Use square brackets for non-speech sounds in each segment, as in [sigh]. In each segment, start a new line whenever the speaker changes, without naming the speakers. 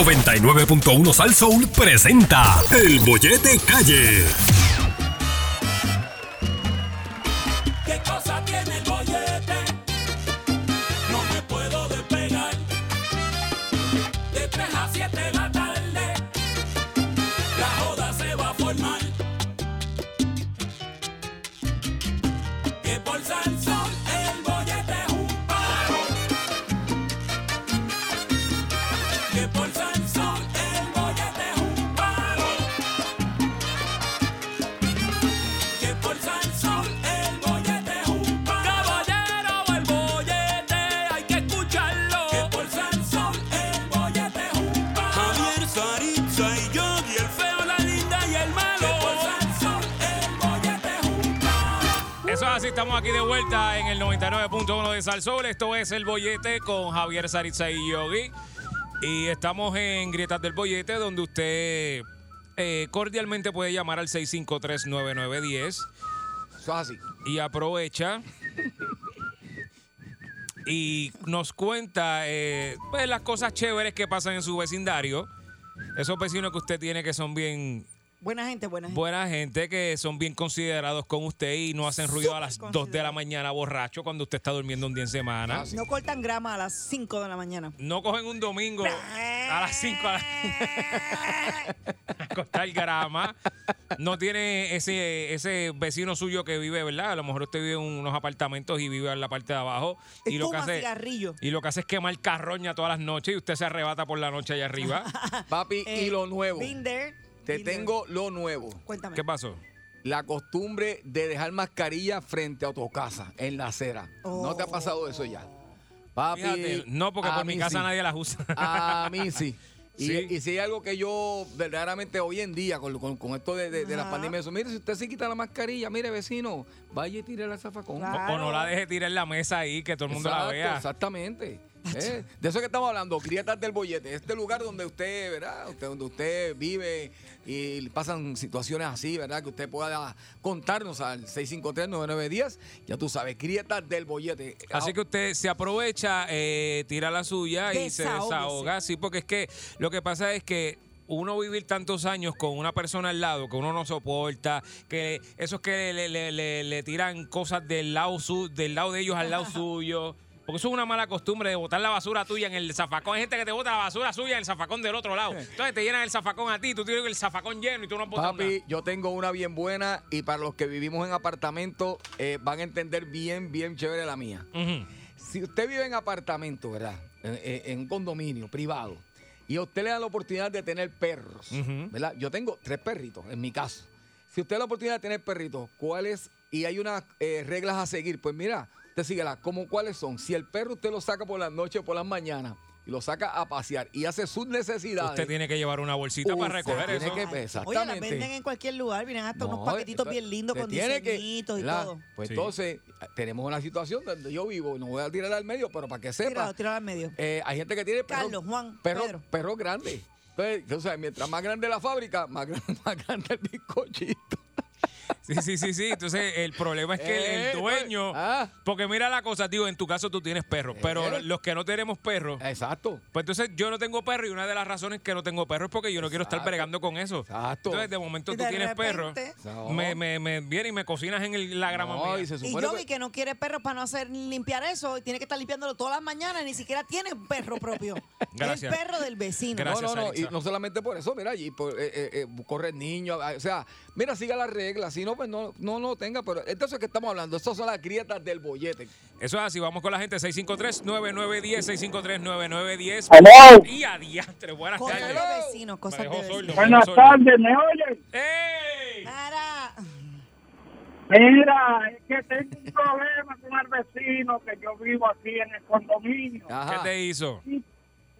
99.1 Sal Soul presenta El Bollete Calle.
¿Qué cosa tiene el bollete? No me puedo despegar. De 3 a 7 de la tarde, la joda se va a formar. Que por San Sol el bollete es un paro. Que por San Sol el bollete es un paro. Que por San Sol el bollete es un palo. Caballero, el bollete hay que escucharlo. Que por San Sol el bollete es un palo. Javier, Saritza y yo, y el feo, la linda y el malo. Que por San Sol el bollete es un palo.
Eso es así, estamos aquí de vuelta en el 99.1 de Salsol. Esto es El Bollete con Javier Saritza y Yogi. Y estamos en Grietas del Bollete, donde usted eh, cordialmente puede llamar al 653-9910
Eso es así.
y aprovecha y nos cuenta eh, pues, las cosas chéveres que pasan en su vecindario. Esos vecinos que usted tiene que son bien
Buena gente, buena gente.
buena gente que son bien considerados con usted y no hacen ruido a las
Súper
2 de la mañana borracho cuando usted está durmiendo un día en semana.
Ah, sí.
No cortan grama a las 5 de la mañana.
No cogen un domingo a las 5 a, la- [laughs] a cortar grama. No tiene ese, ese vecino suyo que vive, ¿verdad? A lo mejor usted vive en unos apartamentos y vive en la parte de abajo. Y lo, que
Fuma [laughs]
hace,
cigarrillo.
y lo que hace es quemar carroña todas las noches y usted se arrebata por la noche
[laughs]
allá arriba.
Papi, y
Eh,
lo nuevo.
been there,
Te
been there.
tengo lo nuevo.
Cuéntame.
¿Qué pasó?
La costumbre de dejar mascarilla frente a tu casa, en la acera. ¿No te ha pasado eso ya? Papi.
Fíjate, no, porque
a
por mi
mí
casa
sí.
nadie las usa.
A
[laughs]
mí sí. Y,
Sí.
y si hay algo que yo verdaderamente hoy en día, con, con- con esto de, de- de la
Ajá.
pandemia, eso, mire, si usted se quita la mascarilla, mire, vecino, vaya y tire la zafacón.
Claro.
O no la deje tirar en la mesa ahí, que todo el mundo la
Exacto,
vea.
Exactamente. Eh, de eso que estamos hablando, grietas del bollete. Este lugar donde usted, ¿verdad? Usted, donde usted vive y pasan situaciones así, ¿verdad? Que usted pueda contarnos al 653-9910. Ya tú sabes, grietas del bollete.
Así que usted se aprovecha, eh, tira la suya y se
Desahógese.
desahoga. Sí, porque es que lo que pasa es que uno vivir tantos años con una persona al lado que uno no soporta, que esos que le, le- le- le tiran cosas del lado, su- del lado de ellos al lado suyo. Porque eso es una mala costumbre de botar la basura tuya en el zafacón. Hay gente que te bota la basura suya en el zafacón del otro lado. Entonces te llenan el zafacón a ti, tú tienes el zafacón lleno y tú no botas nada.
Papi, yo tengo una bien buena y para los que vivimos en apartamento eh, van a entender bien, bien chévere la mía.
Ujú.
Si usted vive en apartamento, ¿verdad? En, en- en un condominio privado y a usted le da la oportunidad de tener perros,
Ujú.
¿verdad? Yo tengo tres perritos en mi caso. Si usted da la oportunidad de tener perritos, ¿cuáles? Y hay unas eh, reglas a seguir. Pues mira, usted síguela. ¿Cómo cuáles son? Si el perro usted lo saca por las noches o por las mañanas y lo saca a pasear y hace sus necesidades.
Usted tiene que llevar una bolsita para
Usted
recoger
tiene
eso.
que- pues,
Ay, Oye, las
exactamente.
venden en cualquier lugar. Vienen hasta
No,
unos paquetitos
entonces,
bien lindos
te
con
tiene que-
diseñitos y
¿verdad?
todo.
Pues
Sí.
entonces, tenemos una situación donde yo vivo, no voy a tirar al medio, pero para que sepa,
Tirado, tirado al medio.
eh, hay gente que tiene perros,
Carlos, Juan,
perros,
Pedro.
perros grandes. Entonces, tú sabes, mientras más grande la fábrica, más grande, [laughs] más grande el bizcochito.
Sí, sí, sí, sí. Entonces, el problema es que el-
Eh,
el dueño.
ah.
Porque mira la cosa, digo, en tu caso tú tienes perros, pero
Eh.
los que no tenemos perros.
Exacto.
Pues entonces yo no tengo perro y una de las razones que no tengo perro es porque yo no quiero estar
Exacto.
bregando con eso.
Exacto.
Entonces, de momento
Y
tú
de
tienes perro.
repente-
No.
Me, me, me viene y me cocinas en el- la grama
No,
mía.
y se
Y
supone pues
yo
que-
vi que no quiere perros para no hacer limpiar eso y tiene que estar limpiándolo todas las mañanas. Ni siquiera tiene perro propio. es el
[laughs] Gracias.
perro del vecino.
Gracias.
no, no, no, y
Saritza.
no solamente por eso, mira, allí por, eh, eh, eh, corre el niño, ah, o sea, mira, siga las reglas, si no, pues no, no, no tenga, pero entonces, ¿qué estamos hablando? Estas son las grietas del bollete.
Eso es así, vamos con la gente 653-9910, 653-9910. Y adiantre, buenas
Cosas
tardes.
de vecinos, cosas
Me
de
dejó sordo, me
vecinos.
dejó
Buenas
sordo.
tardes, ¿me oyen?
¡Ey!
Para.
Mira, es que tengo un problema con el vecino que yo vivo aquí en el condominio.
¿Qué
Ajá.
te hizo?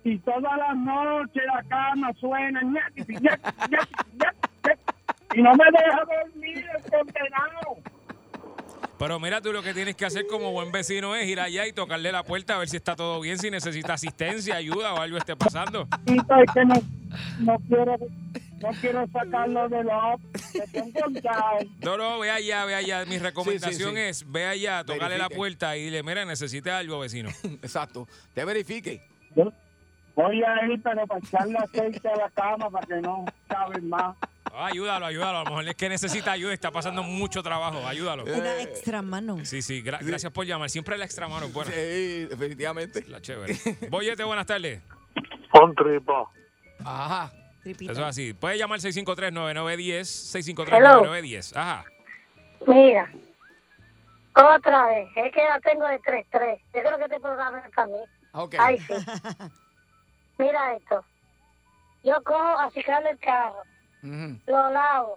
Y todas las noches la cama suena ñaqui, ñaqui, ñaqui, ñaqui, ñaqui. y no me deja dormir el condenado.
Pero mira, tú lo que tienes que hacer como buen vecino es ir allá y tocarle la puerta a ver si está todo bien, si necesita asistencia, ayuda o algo esté pasando.
Entonces, que no, no quiero, no quiero sacarlo de la... Me tengo que
No, no, ve allá, ve allá. Mi recomendación
sí.
es, ve allá, tocarle la
Verifique. [laughs]
puerta y dile, mira, necesita algo, vecino.
Exacto. Te verifique.
Yo, Voy a ir, pero para echarle aceite a la cama para que no caben más.
Ah, ayúdalo, ayúdalo. A lo mejor es que necesita ayuda y está pasando mucho trabajo. Ayúdalo.
Eh.
Una extra mano.
Sí, sí, gra- gracias por llamar. Siempre la extra mano. Bueno,
Sí, definitivamente.
la chévere. Boyete, buenas tardes.
Un tripo.
Ajá.
Tripita.
Eso es así. Puedes llamar 653-9910.
Hello.
653-9910. Ajá.
Mira, otra vez, es que la tengo de 3-3. Yo creo que te puedo dar para mí.
Ok.
Ay, sí. Mira esto. Yo cojo a fijarle el carro,
Ujú.
lo lavo.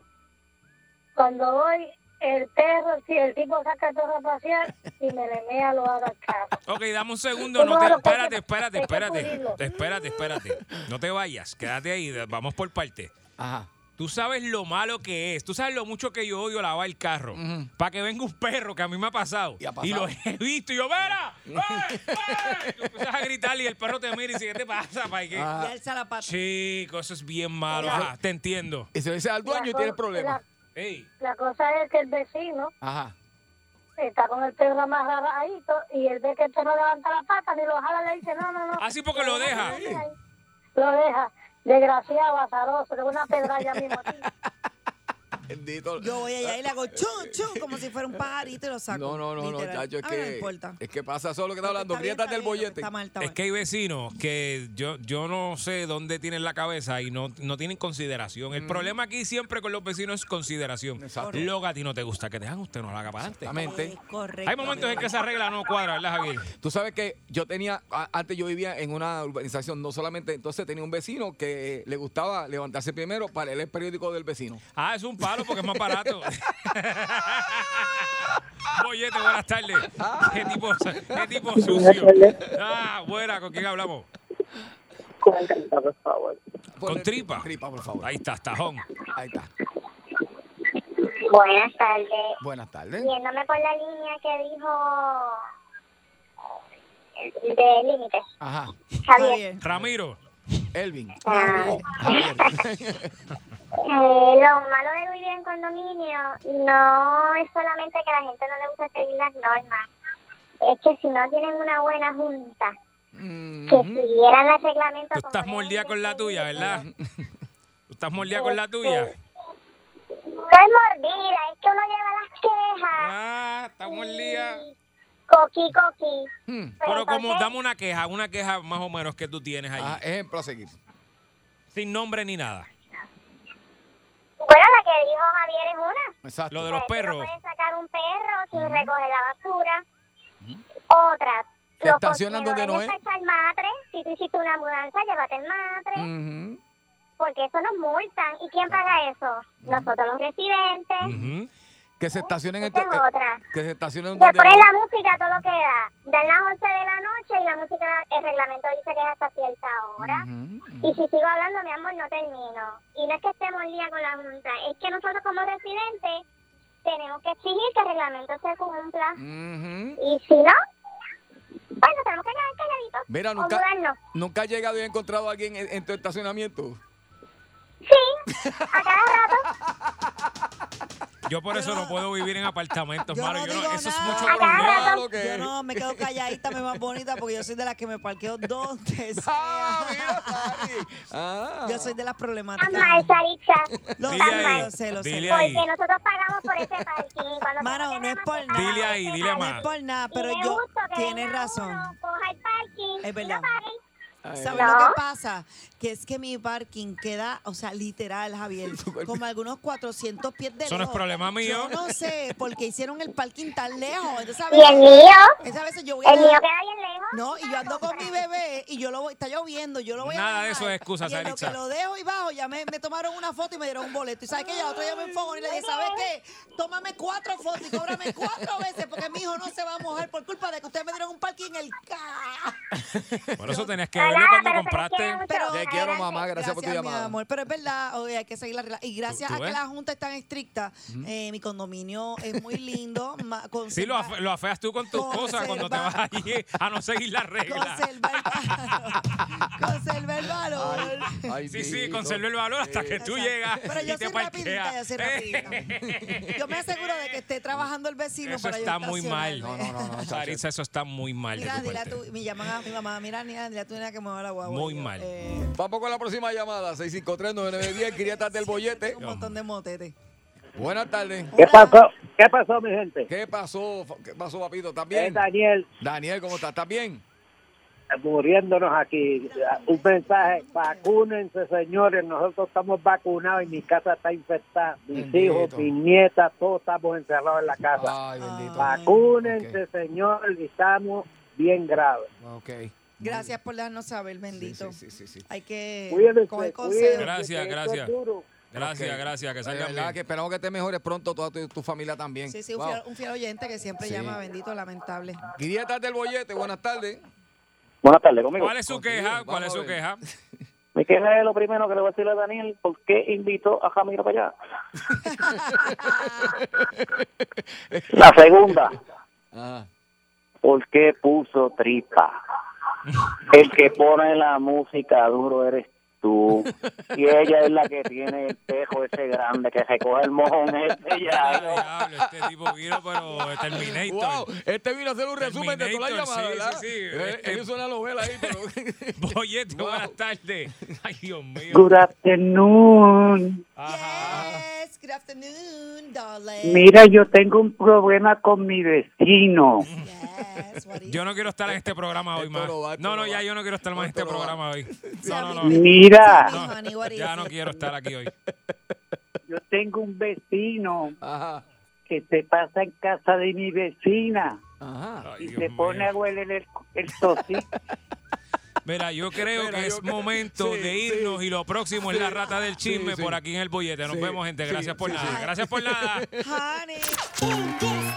Cuando voy, el perro, si el tipo saca el perro a pasear y me le mea lo haga al carro.
Ok, dame un segundo. No te, espérate, espérate, espérate. Espérate, espérate. No te vayas. Quédate ahí. Vamos por parte.
Ajá.
Tú sabes lo malo que es. Tú sabes lo mucho que yo odio lavar el carro.
Ujú.
Para que venga un perro que a mí me ha pasado.
Y ha pasado.
lo he visto. Y yo, ¡vera! ¡Ey! ¡Ey! Tú empiezas a gritar y el perro te mira y dice, ¿qué te pasa? pa'
Y
qué?"
alza la pata.
Chico, eso es bien malo.
Mira.
Ajá, te entiendo.
Y se lo dice al dueño y
La
tiene
co-
problemas.
Ey.
La, la cosa es que el vecino
Ajá.
está con el perro amarradito y él ve que el perro levanta la pata ni lo jala, le dice, no, no, no.
Así porque lo deja.
Lo deja. Desgraciado, azaroso, de una pedralla mismo.
Bendito.
Yo voy allá y le hago chun, chun, como si fuera un pajarito y lo saco.
No, no, no, no,
Literal.
chacho, es
Ah,
que,
no importa.
es que pasa solo que está
Lo
hablando,
que está
grietas del
bien, está bien, lo que
bollete.
Está mal, está
Es
mal.
que hay vecinos que yo, yo no sé dónde tienen la cabeza y no, no tienen consideración. El problema aquí siempre con los vecinos es consideración.
Exacto.
Lo que a ti no te gusta que te hagan, usted no lo haga para adelante.
Exactamente.
Es correcto.
Hay momentos en que esa regla no cuadra, ¿verdad, Javier?
Tú sabes que yo tenía, a- antes yo vivía en una urbanización, no solamente, entonces tenía un vecino que le gustaba levantarse primero para leer el periódico del vecino.
Ah, es un palo porque es más
[laughs]
barato. Boyete, buenas tardes. Qué tipo, qué tipo sucio. Ah, buena, ¿con quién hablamos?
por favor.
Con
Ponle-
tripa.
Pues, Tripa, por favor.
Ahí está, tajón.
Ahí está.
Buenas tardes.
Buenas tardes.
Yéndome por la línea que dijo eh, de límites.
Ajá.
Está
Javier.
bien.
Ramiro.
Elvin.
Ah,
Javier.
eh, lo malo de vivir en condominio no es solamente que a la gente no le gusta seguir las normas. Es que si no tienen una buena junta, que
Mm,
siguieran las reglamentos...
Tú
como
[laughs] estás
deben
mordida
de
con la tuya,
seguir.
[laughs]
¿verdad? Tú estás mordida con la tuya.
No es mordida, es que uno lleva las quejas.
Ah, estás mordida.
y Coqui, coqui.
mm.
Pero como,
entonces-
dame una queja, una queja más o menos que tú tienes ahí.
Ah, ejemplo a seguir.
Sin nombre ni nada.
Bueno, la que dijo Javier es una.
Exacto.
Lo de los
Pues, tú No
perros.
puedes sacar un perro sin recoger la basura. Otras.
Se
los
estacionan donde no
contenedores
es.
para echar matre. Si tú hiciste una mudanza, llévate el matre.
Ujú.
Porque eso nos multan. ¿Y quién paga eso? Nosotros los residentes.
Ujú.
Que se estacionen en
Esa es otra.
Que se estacionen
Se
donde
pone
no-
la música, todo lo que da. Dan las 11 de la noche y la música, el reglamento dice que es hasta cierta hora. Y si sigo hablando, mi amor, no termino. Y no es que estemos al día con la Junta, es que nosotros como residentes tenemos que exigir que el reglamento se cumpla.
Ujú.
Y si no, bueno, tenemos que quedar calladitos.
Mira,
o
nunca,
mudarnos.
nunca has llegado y encontrado a alguien en, en tu estacionamiento.
Sí, a cada rato,
Yo por eso no puedo vivir en apartamentos,
Yo
mano.
no
Yo no-
digo
eso es
nada.
mucho
Acá,
problema.
acá.
Claro que-
Yo no, me quedo calladita, me más bonita, porque yo soy de las que me parqueo
[laughs]
donde
Ah,
sea.
mira, Sari. Ah.
Yo soy de las
tan
problemáticas.
mal, Saritza.
Lo
Dile
sé,
ahí,
lo sé, lo sé.
dile
Porque
ahí.
nosotros pagamos por ese parking.
[laughs]
Cuando nosotros
Mano, no es
tenemos
por
que
nada.
pagar
Dile ahí,
ese
dile
No
más.
parking.
es por nada,
Y
pero
es
yo
justo que
tienes
venga
razón.
uno, coja el parking,
Es verdad.
No pague.
Ay,
¿Sabes
No.
lo que pasa? Que es que mi parking queda, o sea, literal, Javier, como algunos 400 pies de
Eso no es
lejos.
problema
Yo
mío.
no sé por qué hicieron el parking tan lejos. Entonces, a
Y el
veces,
mío,
entonces, a veces yo voy a
el mío
dar-
queda bien lejos.
No, y yo ando con mi bebé y yo lo voy, está lloviendo, yo lo voy a
Nada de
dejar.
eso es excusa,
Y en lo
Saritza.
que lo dejo y bajo, ya me, me tomaron una foto y me dieron un boleto. Y sabes que ya otro día me enfogó y le dije, ¿sabes qué? Tómame cuatro fotos y cóbrame cuatro veces porque mi hijo no se va a mojar por culpa de que ustedes me dieron un parking en el ca.
Por eso tenías que
Nada,
verlo cuando
pero se les
compraste.
quiere mucho.
Pero-
Te quiero,
Adelante.
mamá. Gracias, por tu
mi
llamada.
amor. Pero es verdad, oye, hay que seguir la regla. Y gracias
¿Tú- tú
a que
ves?
la Junta es tan estricta, eh, mi condominio es muy
[laughs]
lindo. ma-
Sí, lo,
conserva-
afe- lo afeas tú con tus
Conserva-
cosas cuando te vas allí a no seguir las reglas.
Conserva el valor. Conserva el valor.
Ay,
Sí, sí,
bendito.
conservé el valor hasta que tú
Exacto.
llegas
Pero
y
yo
te
soy rapidita, yo
parqueas.
soy
[laughs]
rapidita. Yo me aseguro de que esté trabajando el vecino
Eso
para yo
está muy mal.
estacionarme.
no, no, chacho.
Sarisa, eso está muy mal. de
Mira,
tu
dile a
parte.
tu, me llaman a mi mamá, mira, mira, dile a tu nena que me va la guagua.
Muy
Y yo,
mal.
eh,
Vamos con la próxima llamada,
[laughs]
653-9910, Grietas del Bollete.
un montón de motetes.
Buenas tardes.
¿Qué
Hola.
pasó? ¿Qué pasó, mi gente?
¿Qué pasó? fa- ¿Qué pasó, papito? ¿Estás
Es
bien?
Daniel
Daniel, ¿cómo estás? ¿Estás bien?
muriéndonos aquí. Un mensaje, vacúnense, señores. Nosotros estamos vacunados y mi casa está infectada. Mis
Bendito.
hijos, mis nietas, todos estamos encerrados en la casa.
Ay, bendito.
Ah.
vacúnense, señores, y estamos bien graves.
Ok.
Gracias por darnos saber, bendito.
Sí, sí, sí, sí.
Hay que
Cuídense,
coger
cuídense,
consejo.
Gracias,
que esto
gracias.
es duro.
Gracias,
Ok.
gracias, que
De
salgan
verdad
bien.
que esperamos que te mejores pronto, toda tu, tu familia también.
Sí, sí, un,
Wow.
fiel, un fiel oyente que siempre
Sí.
llama, bendito, lamentable.
Grietas del Bollete, buenas tardes.
Buenas tardes, conmigo.
¿Cuál es su
Contigo,
queja? ¿Cuál
vamos
es
a
su
ver. [laughs]
queja?
Mi queja es lo primero que le voy a decir a Daniel, ¿por qué invitó a Jamiro para allá? La segunda,
Ajá.
¿por qué puso
[laughs]
tripa? El que pone la música duro eres tú. Y ella es la
[laughs]
que tiene el tejo ese grande, que se coge el mojón este. ese ya.
Diablo, este tipo vino, pero Terminator.
Wow, este vino a hacer un resumen de toda la
Terminator,
llamada,
sí,
¿verdad?
sí, Este
Eh,
sí.
Él, él hizo una novela ahí, pero... [laughs]
Bollete,
Wow.
buenas tardes. Ay, Dios mío.
Good afternoon.
Ajá.
Yes, good afternoon, darling.
Mira, yo tengo un problema con mi
[laughs]
vecino.
Yes, what is
Yo no quiero estar en este programa hoy
Esto
más.
no va, esto
No,
no
no, ya
va.
yo no quiero estar más en
Esto
este
no va.
programa
[laughs]
hoy.
Tell
No, no,
me-
no.
Mira,
tell me, honey, what is
Ya no
it?
quiero estar aquí hoy.
yo tengo un vecino
Ajá,
que se pasa en casa de mi vecina
ajá.
Ay,
y
Dios
se pone
mío.
a hueler el, el tocino.
Mira, yo creo
Mira,
que
yo
es
creo-
momento
sí,
de irnos y lo próximo es la rata del chisme
sí.
por aquí en el bollete. Nos
Sí,
vemos, gente.
sí,
Gracias por
sí,
nada.
sí.
[laughs] Gracias por nada.
Honey.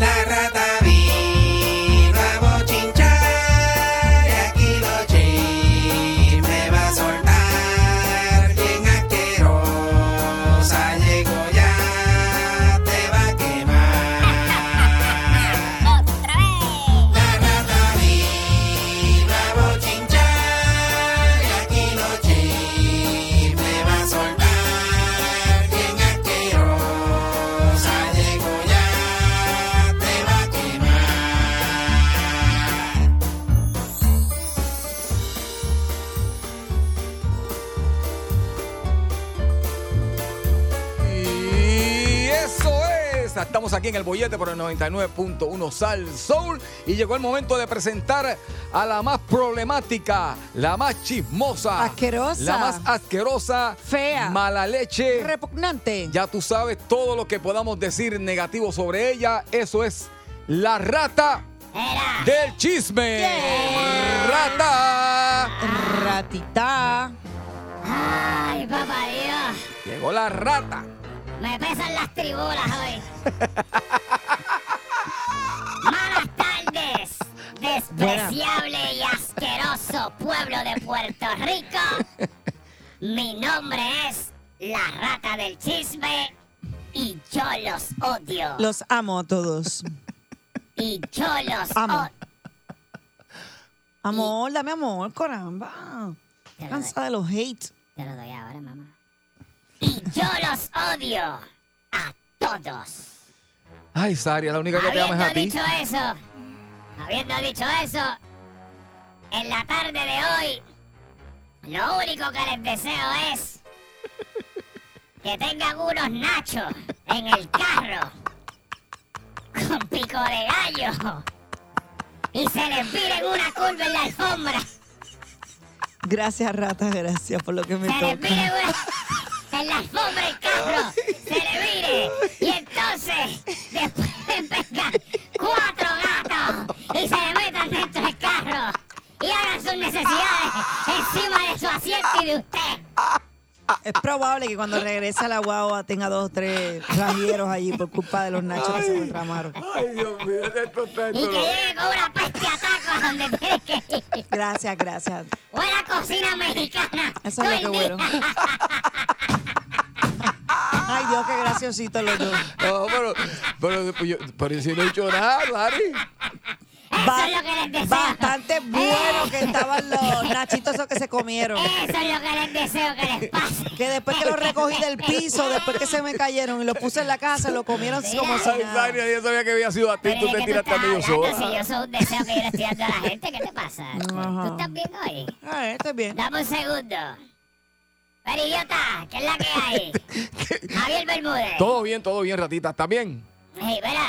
La rata vino a bochinchar y aquí los chismes va a soltar. Bien asquerosa llegó ya, te va a quemar.
Otra vez.
La rata vino a bochinchar y aquí los chismes va a soltar. Bien asquerosa llegó ya, te va a quemar.
Y eso es. Estamos aquí en el bollete por el 99.1 Sal Soul. Y llegó el momento de presentar a la más problemática, la más chismosa,
Asquerosa.
la más asquerosa,
Fea.
mala leche.
Repugnante.
Ya tú sabes todo lo que podamos decir negativo sobre ella. Eso es la rata del chisme.
Yeah.
Rata.
Ratita.
Ay, papá Dios,
Llegó la rata.
me pesan las tribulas
[laughs]
hoy. Buenas tardes, despreciable y asqueroso pueblo de Puerto Rico. Mi nombre es la rata del chisme y yo los odio.
Los amo a
[laughs]
todos.
Y yo los
Amo.
odio.
Amor, dame amor, caramba.
Te lo, doy,
Cansa de los hate.
te lo doy ahora, mamá. Y yo los odio a todos.
Ay, Saria, la única que te ama es a
Habiendo
ti.
dicho eso, habiendo dicho eso, en la tarde de hoy, lo único que les deseo es que tengan unos nachos en el carro con pico de gallo y se les viren una curva en la alfombra.
Gracias, rata, gracias por lo que me
Se le
toca.
vire una- en la alfombra el carro, se le vire. Y entonces, después de pescar cuatro gatos y se le metan dentro del carro y hagan su sus necesidades encima de su asiento y de usted.
Es probable que cuando regrese la guagua tenga dos o tres rajieros allí por culpa de los nachos que se reclamaron.
[laughs]
Ay, Dios mío, esto está
Y que llegue con una peste a tacos a donde tiene que ir.
Gracias, gracias.
Buena cocina mexicana.
Eso
todo
es
el
lo que bueno.
día.
Ay, Dios, qué graciosito los dos.
[laughs] No, pero, pero, pero yo- pero si no he hecho nada, Lari.
Ba-
es lo que les deseo. Ah.
bastante bueno
[laughs]
que estaban los nachitos esos que se comieron.
Eso es lo que les deseo que les pase.
Que después que los recogí del piso, después que se me cayeron y los puse en la casa, los comieron como si
Ay, Lari,
nada.
yo sabía que había sido a ti,
Pero
tú
de
te
que tú
tiraste
estás
a medio
hablando, si
sola.
yo soy un deseo que yo le estoy dando a la gente, ¿qué te pasa? ¿Tú estás bien hoy?
Ah, este es bien.
Dame un segundo. Pero idiota, ¿qué es la que hay? Javier Bermúdez.
Todo bien, todo bien, ratita. ¿Está bien?
Ey, verá,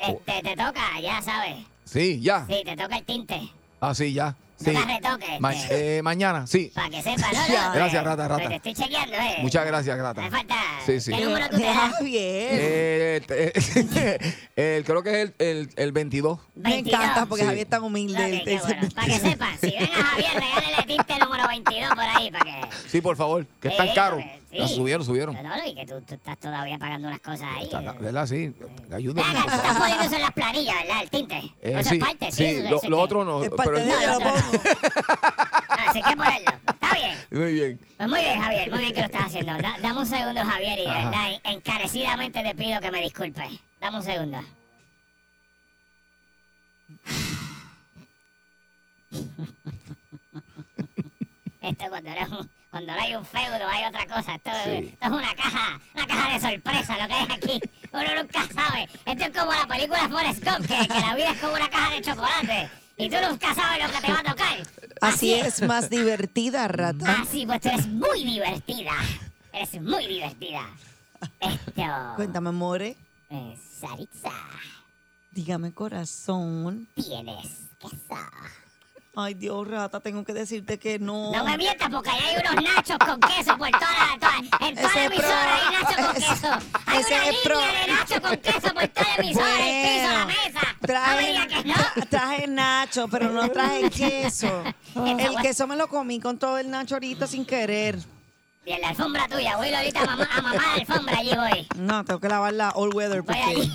este, te toca, ya sabes.
Sí, Oh. ya.
Sí, te toca el tinte.
Ah, sí, ya.
No
Sí.
la retoques.
Ma- eh, mañana, sí.
Para este, que sepa, ¿no?
Ya.
no,
Gracias,
eh,
rata,
pero
rata.
Te estoy chequeando, ¿eh?
Muchas gracias, grata.
Hace falta.
Sí, sí.
¿Qué número
[laughs]
tú te
Ah,
das?
bien.
Eh, te- [laughs] el- creo que es el, el, el 22.
Me
22.
encanta porque
Sí.
Javier es tan humilde.
Ok, qué
Él te-
bueno. Para que sepa, si ven a Javier, regálele tinte número 22 por ahí, para que...
Sí, por favor, que
Sí,
están caros.
porque- sí.
La subieron, subieron.
No, no, y que tú, tú estás todavía pagando unas cosas ahí.
Está- está- ¿Verdad? Sí. Ayúdenme,
Venga,
por
tú estás
favor.
podiendo usar las planillas, ¿verdad? El tinte.
Eh,
Eso
sí,
es parte, sí.
sí,
eso-
lo,
eso
lo
que-
otro no.
Es
pero-
parte de él, yo lo pongo.
Así que ponerlo. Está bien.
Muy
[laughs]
bien.
Pues muy bien, Javier, muy bien que lo estás haciendo. Da- dame un segundo, Javier, y de verdad, en- encarecidamente te pido que me disculpes. Dame un segundo. Esto cuando, no es un- cuando no hay un feudo hay otra cosa. Esto, es-
Sí.
esto es una caja, una caja de sorpresa lo que hay aquí. Uno nunca sabe. Esto es como la película Forrest Gump, que, que la vida es como una caja de chocolate. Y tú nunca sabes lo que te va a tocar.
Así es más divertida, rata.
Ah, sí, pues tú eres muy divertida. Eres muy divertida. Esto.
Cuéntame, more.
eh, Saritza,
Dígame, corazón.
tienes queso.
Ay, Dios, rata, tengo que decirte que no.
No me mientas porque allá hay unos nachos con queso por toda la. toda- en toda
Ese
la
es pro-
emisora hay nachos con
ese-
queso. Hay
ese
una
es pro-
línea de nachos con queso por toda la emisora, el piso, la
Bueno,
mesa. no me
Traje,
digas que no.
tra- traje nacho, pero no traje
[laughs]
queso. El queso me lo comí con todo el nacho ahorita sin querer.
Y en la alfombra tuya, voy ahorita a mamá, a mamá la alfombra, allí voy.
No, tengo que lavar la all weather
Voy
porque
allí.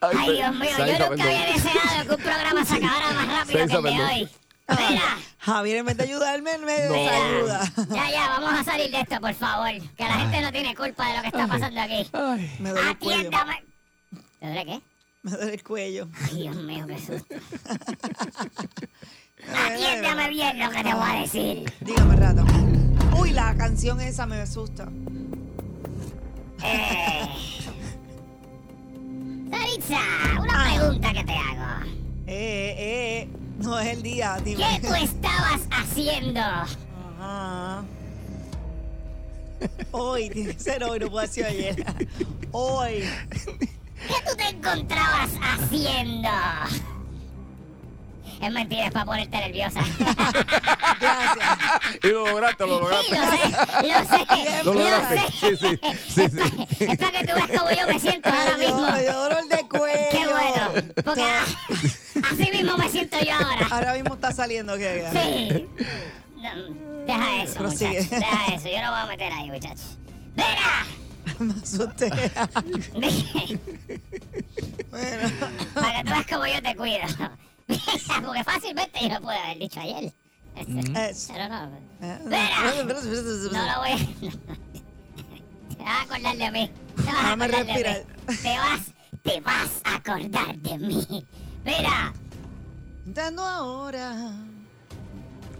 Ay, Dios mío,
Saritza,
yo nunca había
perdón.
deseado que un programa se acabara más rápido
Saritza,
que el de
perdón.
hoy. Mira.
Ah, Javier en vez de ayudarme me
No.
desayuda.
Ya, ya, vamos a salir de esto, por favor. Que la gente no tiene culpa de lo que está pasando aquí.
Ay,
Me duele el cuello.
Atiéndame. ¿Te duele qué?
Me duele el cuello.
Ay, Dios mío,
[laughs]
qué susto. Atiéndame bien lo que te voy a decir.
Dígame, rata. Uy, la canción esa me asusta.
Eh... Saritza, una pregunta que te hago.
Eh, eh, eh. No es el día,
¿Qué
dime.
tú estabas haciendo?
Ajá. [laughs] Hoy, tiene que ser hoy, no puede ser ayer. Hoy.
¿Qué tú te encontrabas haciendo? Es mentira, es para ponerte nerviosa.
Gracias.
[laughs] Y lo lograste, [laughs] lo
Sí,
lograste.
lo sé, lo sé,
Lo
lo sé.
lograste.
[laughs]
Sí, sí, sí, sí.
Es para que tú veas cómo yo me siento ahora
Ay, Dios,
mismo.
me dio dolor de cuello.
Qué bueno. Porque a- [laughs] así mismo me siento yo ahora.
Ahora mismo está saliendo que
Sí. No, deja eso,
Prosigue.
muchachos. Deja eso. Yo no voy a meter ahí, muchachos. ¡Vera!
me asusté. Bueno,
Para que tú veas cómo yo te cuido. Mira, Porque fácilmente yo lo pude haber dicho ayer.
es-
Pero no.
eh,
No lo voy a... Te vas a acordar de mí. Te vas a
Déjame
acordar de
respirar.
mí. Te vas, te vas a acordar de mí. Mira,
Dando ahora.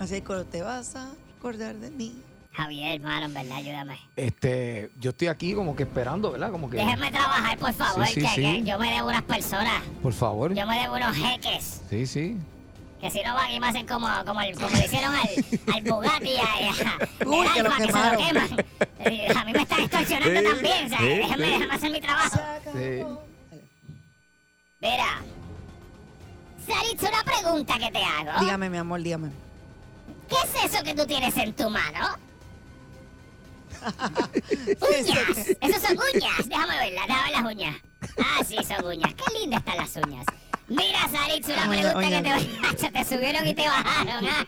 Así es cuando te vas a acordar de mí.
Javier, hermano, en verdad, ayúdame.
Este, yo estoy aquí como que esperando, ¿verdad? Como que,
Déjenme trabajar, por favor,
Sí, sí,
que,
sí.
que yo me debo unas personas.
por favor.
Yo me debo unos jeques.
Sí, sí.
Que si no van y me hacen como, como, el- como le hicieron al,
[laughs]
al Bugatti y a, y a-
Uy,
del
que lo
Alfa, se
quemaron.
queman. Eh, A mí me están extorsionando
Sí,
también, ¿sabes?
sí,
déjame,
sí.
déjame hacer mi trabajo.
Sí.
Mira. Saritza, una pregunta que te hago.
Dígame, mi amor, dígame.
¿Qué es eso que tú tienes en tu
[laughs]
mano? uñas. Esos son uñas. Déjame verlas, déjame ver las uñas. Ah, sí, son uñas. Qué lindas están las uñas. Mira, Saritz, una
Oiga,
pregunta
oiga.
que te voy [laughs] a hacer. Te subieron y te bajaron, ¿ah?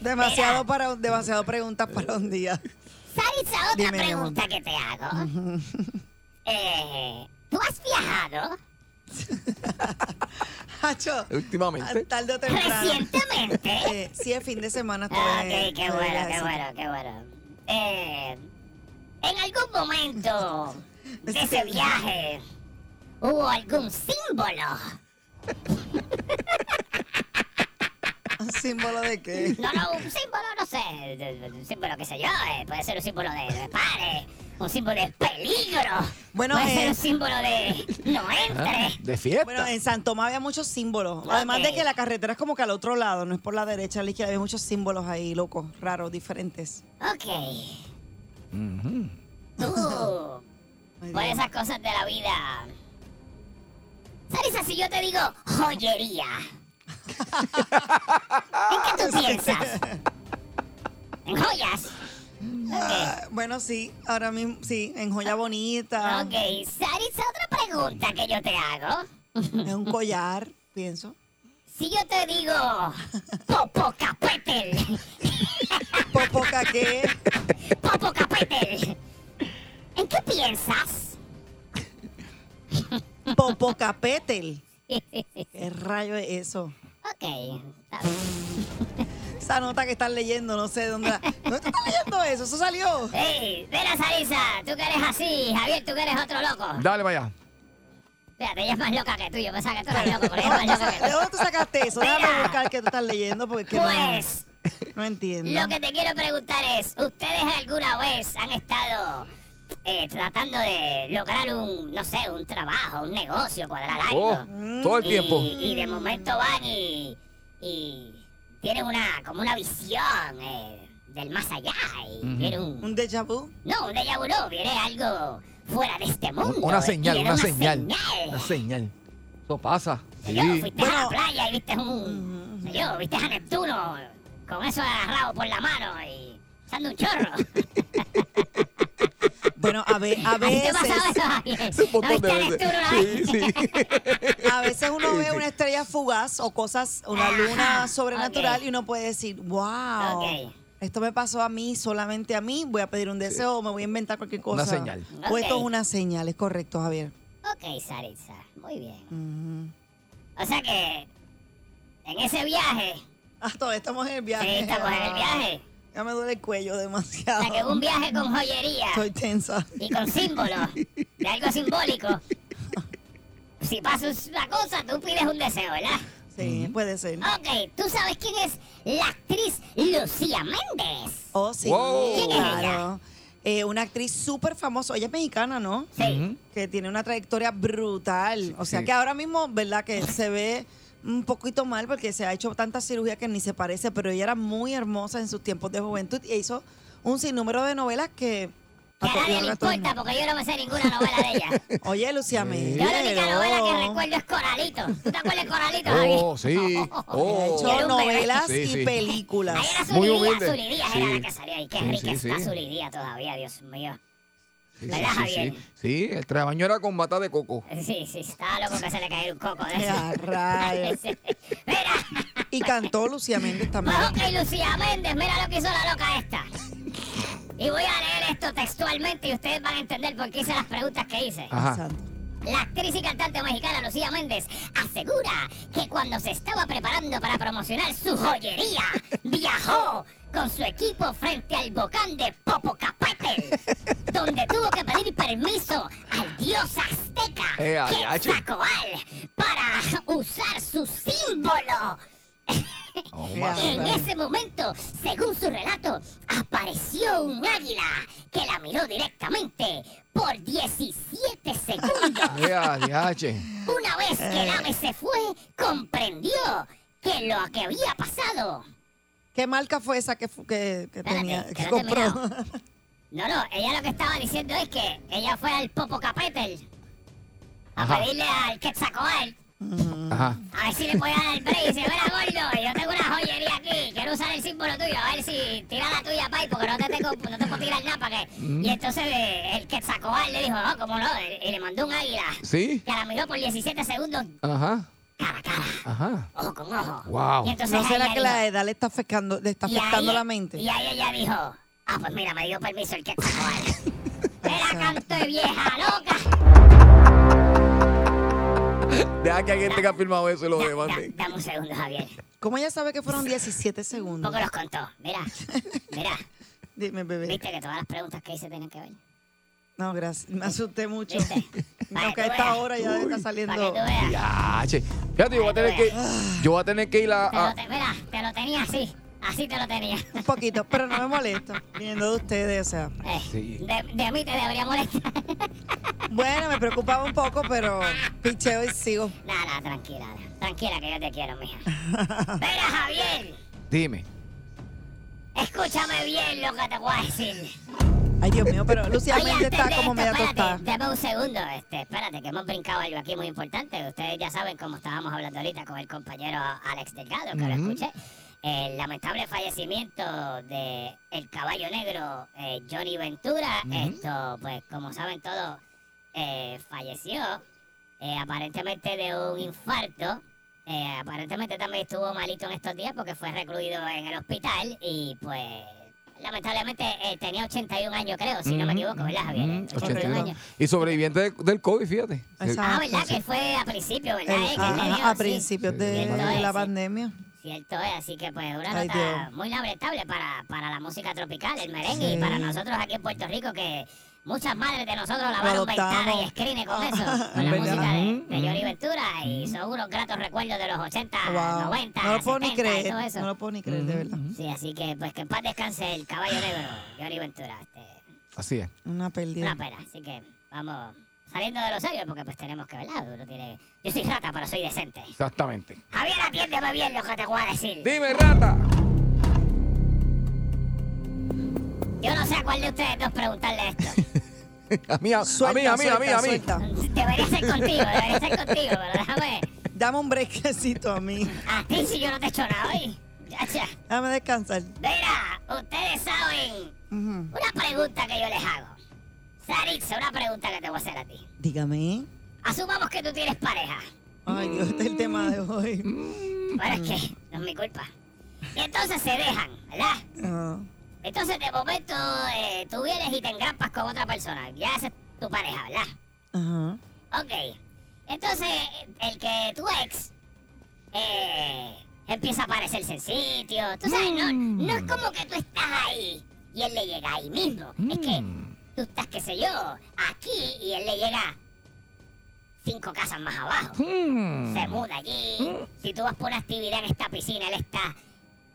Demasiado para un- demasiado preguntas para un día.
Saritza, otra
Dime, mi amor.
pregunta que te hago. Eh, ¿Tú has viajado
Hacho,
Últimamente.
tarde o temprano.
recientemente?
[laughs] Eh, sí, el fin de semana estuve.
Ah, ok, qué
estuve
bueno, qué
viajecito.
bueno, qué bueno. Eh, en algún momento de ese viaje hubo algún símbolo.
¿Un símbolo de qué?
No, no, un símbolo, no sé, de- de- un símbolo qué sé yo, eh, puede ser un símbolo de, de pares, un símbolo de peligro,
Bueno,
puede ser
eh,
un símbolo de no
Ah,
entre.
De fiesta.
Bueno, en San Tomás había muchos símbolos. Además de
Ok.
que la carretera es como que al otro lado, no es por la derecha, a la izquierda. Había muchos símbolos ahí, locos, raros, diferentes. [laughs]
Ok. Tú,
Ay,
por
Dios.
esas cosas de la vida. Sarisa, si yo te digo joyería, ¿en
[laughs]
qué tú piensas? ¿En joyas? Ok,
Ah, bueno, sí, ahora mismo, sí, en joya bonita,
ok. Sarisa, otra pregunta que yo te hago.
en un collar, pienso.
Si yo te digo Popocapétel,
Popoca que
Popocapétel, ¿en qué piensas?
Popocapetel. ¿Qué rayo es eso?
Ok,
Esa nota que están leyendo, no sé de dónde. la- ¿Dónde tú estás leyendo eso? Eso salió.
Ey, mira Sarisa, tú que eres así, Javier, tú que eres otro loco.
Dale, vaya.
Fíjate, ella es más loca que tú, yo pensaba que tú eras loco, pero
¿De
ella es
dónde
más
tú
loca
sa-
que
de [laughs]
tú.
dónde tú sacaste eso? Déjame
Mira.
buscar que tú estás leyendo porque es que no-
Pues,
[laughs] no, entiendo.
lo que te quiero preguntar es, ¿ustedes alguna vez han estado eh, tratando de lograr un, no sé, un trabajo, un negocio, cuadrar algo?
Oh, todo el
Y-
tiempo.
Y, de momento van y, y tienen una, como una visión eh, del más allá y tienen un
Un déjà vu.
No, un déjà vu no, viene algo fuera de este mundo.
Una señal,
Y
una,
era
señal. Una señal. Eso pasa.
Yo,
Sí.
fuiste a la playa y viste un... Yo, viste a Neptuno con eso agarrado por la mano y usando un
[laughs]
chorro.
Bueno, a, ve- a
¿A ti te ha
veces,
pasado eso,
[laughs]
Javier?
Un
¿No
montón
viste a
de
Neptuno
veces.
una vez?
Sí, sí.
[laughs] a veces uno ve una estrella fugaz o cosas, una
Ajá,
luna sobrenatural
ok.
y uno puede decir, wow,
Ok.
esto me pasó a mí, solamente a mí, voy a pedir un deseo, me voy a inventar cualquier cosa.
Una señal.
Pues esto es
Ok.
una señal, es correcto, Javier.
Ok, Saritza, muy bien. O sea que en ese viaje,
Ah, todavía estamos en el
sí,
viaje.
estamos en el viaje,
Ya me duele el cuello
o
demasiado.
sea que hubo un viaje con joyería.
Estoy tensa.
y con símbolos de algo simbólico. Si pasa una cosa, tú pides un deseo, ¿verdad?
Sí, puede ser.
Ok, ¿tú sabes quién es la actriz Lucía Méndez?
Oh, sí,
Wow.
¿Quién es ella?
claro. Eh, una actriz súper famosa, ella es mexicana, ¿no?
Sí.
que tiene una trayectoria brutal. o sea
sí.
que ahora mismo, ¿verdad? Que se ve un poquito mal porque se ha hecho tanta cirugía que ni se parece, pero ella era muy hermosa en sus tiempos de juventud y hizo un sinnúmero de novelas que...
Que a nadie le
a todo el
importa
mundo.
porque yo no me sé ninguna novela de ella.
Oye, Lucía Méndez.
Yo la única novela que
hello.
recuerdo es Coralito. ¿Tú te acuerdas de Coralito, Javier?
Oh, sí.
[laughs]
Ha
Oh.
hecho
Quiero un bebé.
novelas
Sí,
y
sí.
películas.
Ahí era
Muy
Zulidía,
humilde.
Zulidía era
Sí.
la que salía. Y qué
Sí,
rica
sí,
está
sí.
Zulidía todavía, Dios mío.
Sí,
¿Verdad,
sí, sí,
Javier?
sí. Sí, el trabaño era con bata de coco.
Sí, sí, estaba loco que se le cayera un coco de
Qué
eso. [laughs]
rayos.
Mira,
Y cantó Lucía Méndez también.
Pues ok, Lucía Méndez, mira lo que hizo la loca esta. Y voy a leer esto textualmente y ustedes van a entender por qué hice las preguntas que hice.
Ajá.
Santo.
La actriz y cantante mexicana Lucía Méndez asegura que cuando se estaba preparando para promocionar su joyería, viajó con su equipo frente al volcán de Popocatépetl, donde tuvo que pedir permiso al dios azteca
Eh, aliache.
Quetzalcóatl, para usar su símbolo.
Oh,
Qué
madre.
En ese momento, según su relato, apareció un águila que la miró directamente por 17
[laughs]
segundos.
Vea, diache.
Una vez que el ave se fue, comprendió que lo que había pasado.
¿Qué marca fue esa que, fu- que, que
Espérate,
tenía,
que
que
no
compró?
terminamos. No, no, ella lo que estaba diciendo es que ella fue al Popocatépetl a
Ajá.
pedirle al Quetzalcóatl
Ajá.
a ver si le podía dar el break y dice, mira gordo, yo tengo una joyería aquí, quiero usar el símbolo tuyo, a ver si tira la tuya, Pai, porque no te, tengo, no te puedo tirar nada para que. Y entonces eh, el que sacó a él le dijo, no, cómo no, y le mandó un águila.
¿Sí?
Que la miró por 17 segundos,
Ajá.
cara a cara,
Ajá.
ojo con ojo.
Wow.
Y entonces
¿No será
ella
que la
dijo-
edad le está afectando, le está
y ahí-
afectando la mente?
Y ahí ella dijo, ah, pues mira, me dio permiso el que sacó a él. ¡Te la canto de vieja loca!
Deja que alguien tenga firmado eso y lo
Da- da-
demande.
dame un segundo, Javier,
¿Cómo ella sabe que fueron 17 segundos?
porque los contó. Mira, mira,
Dime, bebé.
viste que todas las preguntas que hice tenían que ver.
[laughs] No, gracias. Me asusté mucho.
¿Viste?
[laughs]
Para
Aunque
que
a
tú
esta
veas.
hora ya está
Para que
saliendo.
tú veas.
Ya, che. Fíjate, yo voy a tener que, yo voy a tener que ir a,
Te lo
a-
te- mira, te lo tenía así. Así te lo tenía.
Un poquito, pero no me molesta. Viniendo de ustedes, o sea.
Eh,
Sí.
de, de mí te debería molestar.
[laughs] Bueno, me preocupaba un poco, pero picheo y sigo.
Nada, nada, tranquila. Tranquila que yo te
[laughs]
quiero, mija. Mira, Javier,
Dime.
escúchame bien lo que te voy a decir.
Ay, Dios mío, pero Lucía
Oye,
Méndez
antes
está
de
como
esto,
media tostada.
espérate, dame un segundo, este, espérate, que hemos brincado algo aquí muy importante. Ustedes ya saben cómo estábamos hablando ahorita con el compañero Alex Delgado, que lo escuché. El lamentable fallecimiento de el caballo negro eh, Johnny Ventura. Esto, pues, como saben todos, eh, falleció eh, aparentemente de un infarto. Eh, aparentemente también estuvo malito en estos días porque fue recluido en el hospital y pues lamentablemente eh, tenía 81 años creo, si no me equivoco, ¿verdad Javier?
Mm,
81
81.
años.
Y sobreviviente de- del COVID, fíjate.
Exacto.
Ah, ¿verdad? Que fue a principio, ¿verdad?
El-
Eh, que
a-
le
a-
dio,
a
sí.
principios de,
Cierto
de
es,
la
sí.
pandemia.
Cierto es, así que pues una
Ay,
nota
Dios.
muy lamentable para, para la música tropical, el merengue,
Sí.
y para nosotros aquí en Puerto Rico que muchas madres de nosotros lavaron ventanas y
adoptamos.
screenes
[laughs]
con eso, con la
¿Verdad?
música de, de Johnny Ventura y son unos gratos recuerdos de los 80,
Wow.
90,
Mm. No lo puedo ni
70 y
creer.
todo eso.
No lo puedo ni creer, de verdad.
Sí, así que pues que en paz descanse el caballo negro, Johnny Ventura. Este,
Así es.
Una
una
pérdida.
pena, así que vamos saliendo de lo serio porque pues tenemos que, ¿verdad? Uno tiene... Yo soy rata, pero soy decente.
Exactamente. [laughs]
Javier, atiéndeme bien lo que te voy a decir.
Dime, rata.
Yo no sé a cuál de ustedes dos preguntarle esto.
A mí, a, a
Suelta,
mí, a mí, [laughs] a mí,
suelta,
a mí.
suelta.
Debería ser contigo, debería ser contigo, pero déjame...
[laughs] Dame un brequecito a mí.
A ti si yo no te he hecho nada hoy. Chacha.
Déjame descansar.
Mira, ustedes saben
Ujú.
una pregunta que yo les hago. Saritza, una pregunta que te voy a hacer a ti.
Dígame.
Asumamos que tú tienes pareja.
Ay, Dios, este es el tema de hoy.
Bueno, es que no es mi culpa. Y entonces se dejan, ¿verdad?
Ah,
Entonces, de momento, eh, tú vienes y te engrampas con otra persona. Ya esa es tu pareja, ¿verdad?
Mm. Ajá.
Ok. Entonces, el que tu ex eh, empieza a aparecerse en sitio. Tú sabes, no, no es como que tú estás ahí y él le llega ahí mismo. Es que
Mm.
tú estás, qué sé yo, aquí y él le llega cinco casas más abajo. Se muda allí. Si tú vas por una actividad en esta piscina, él está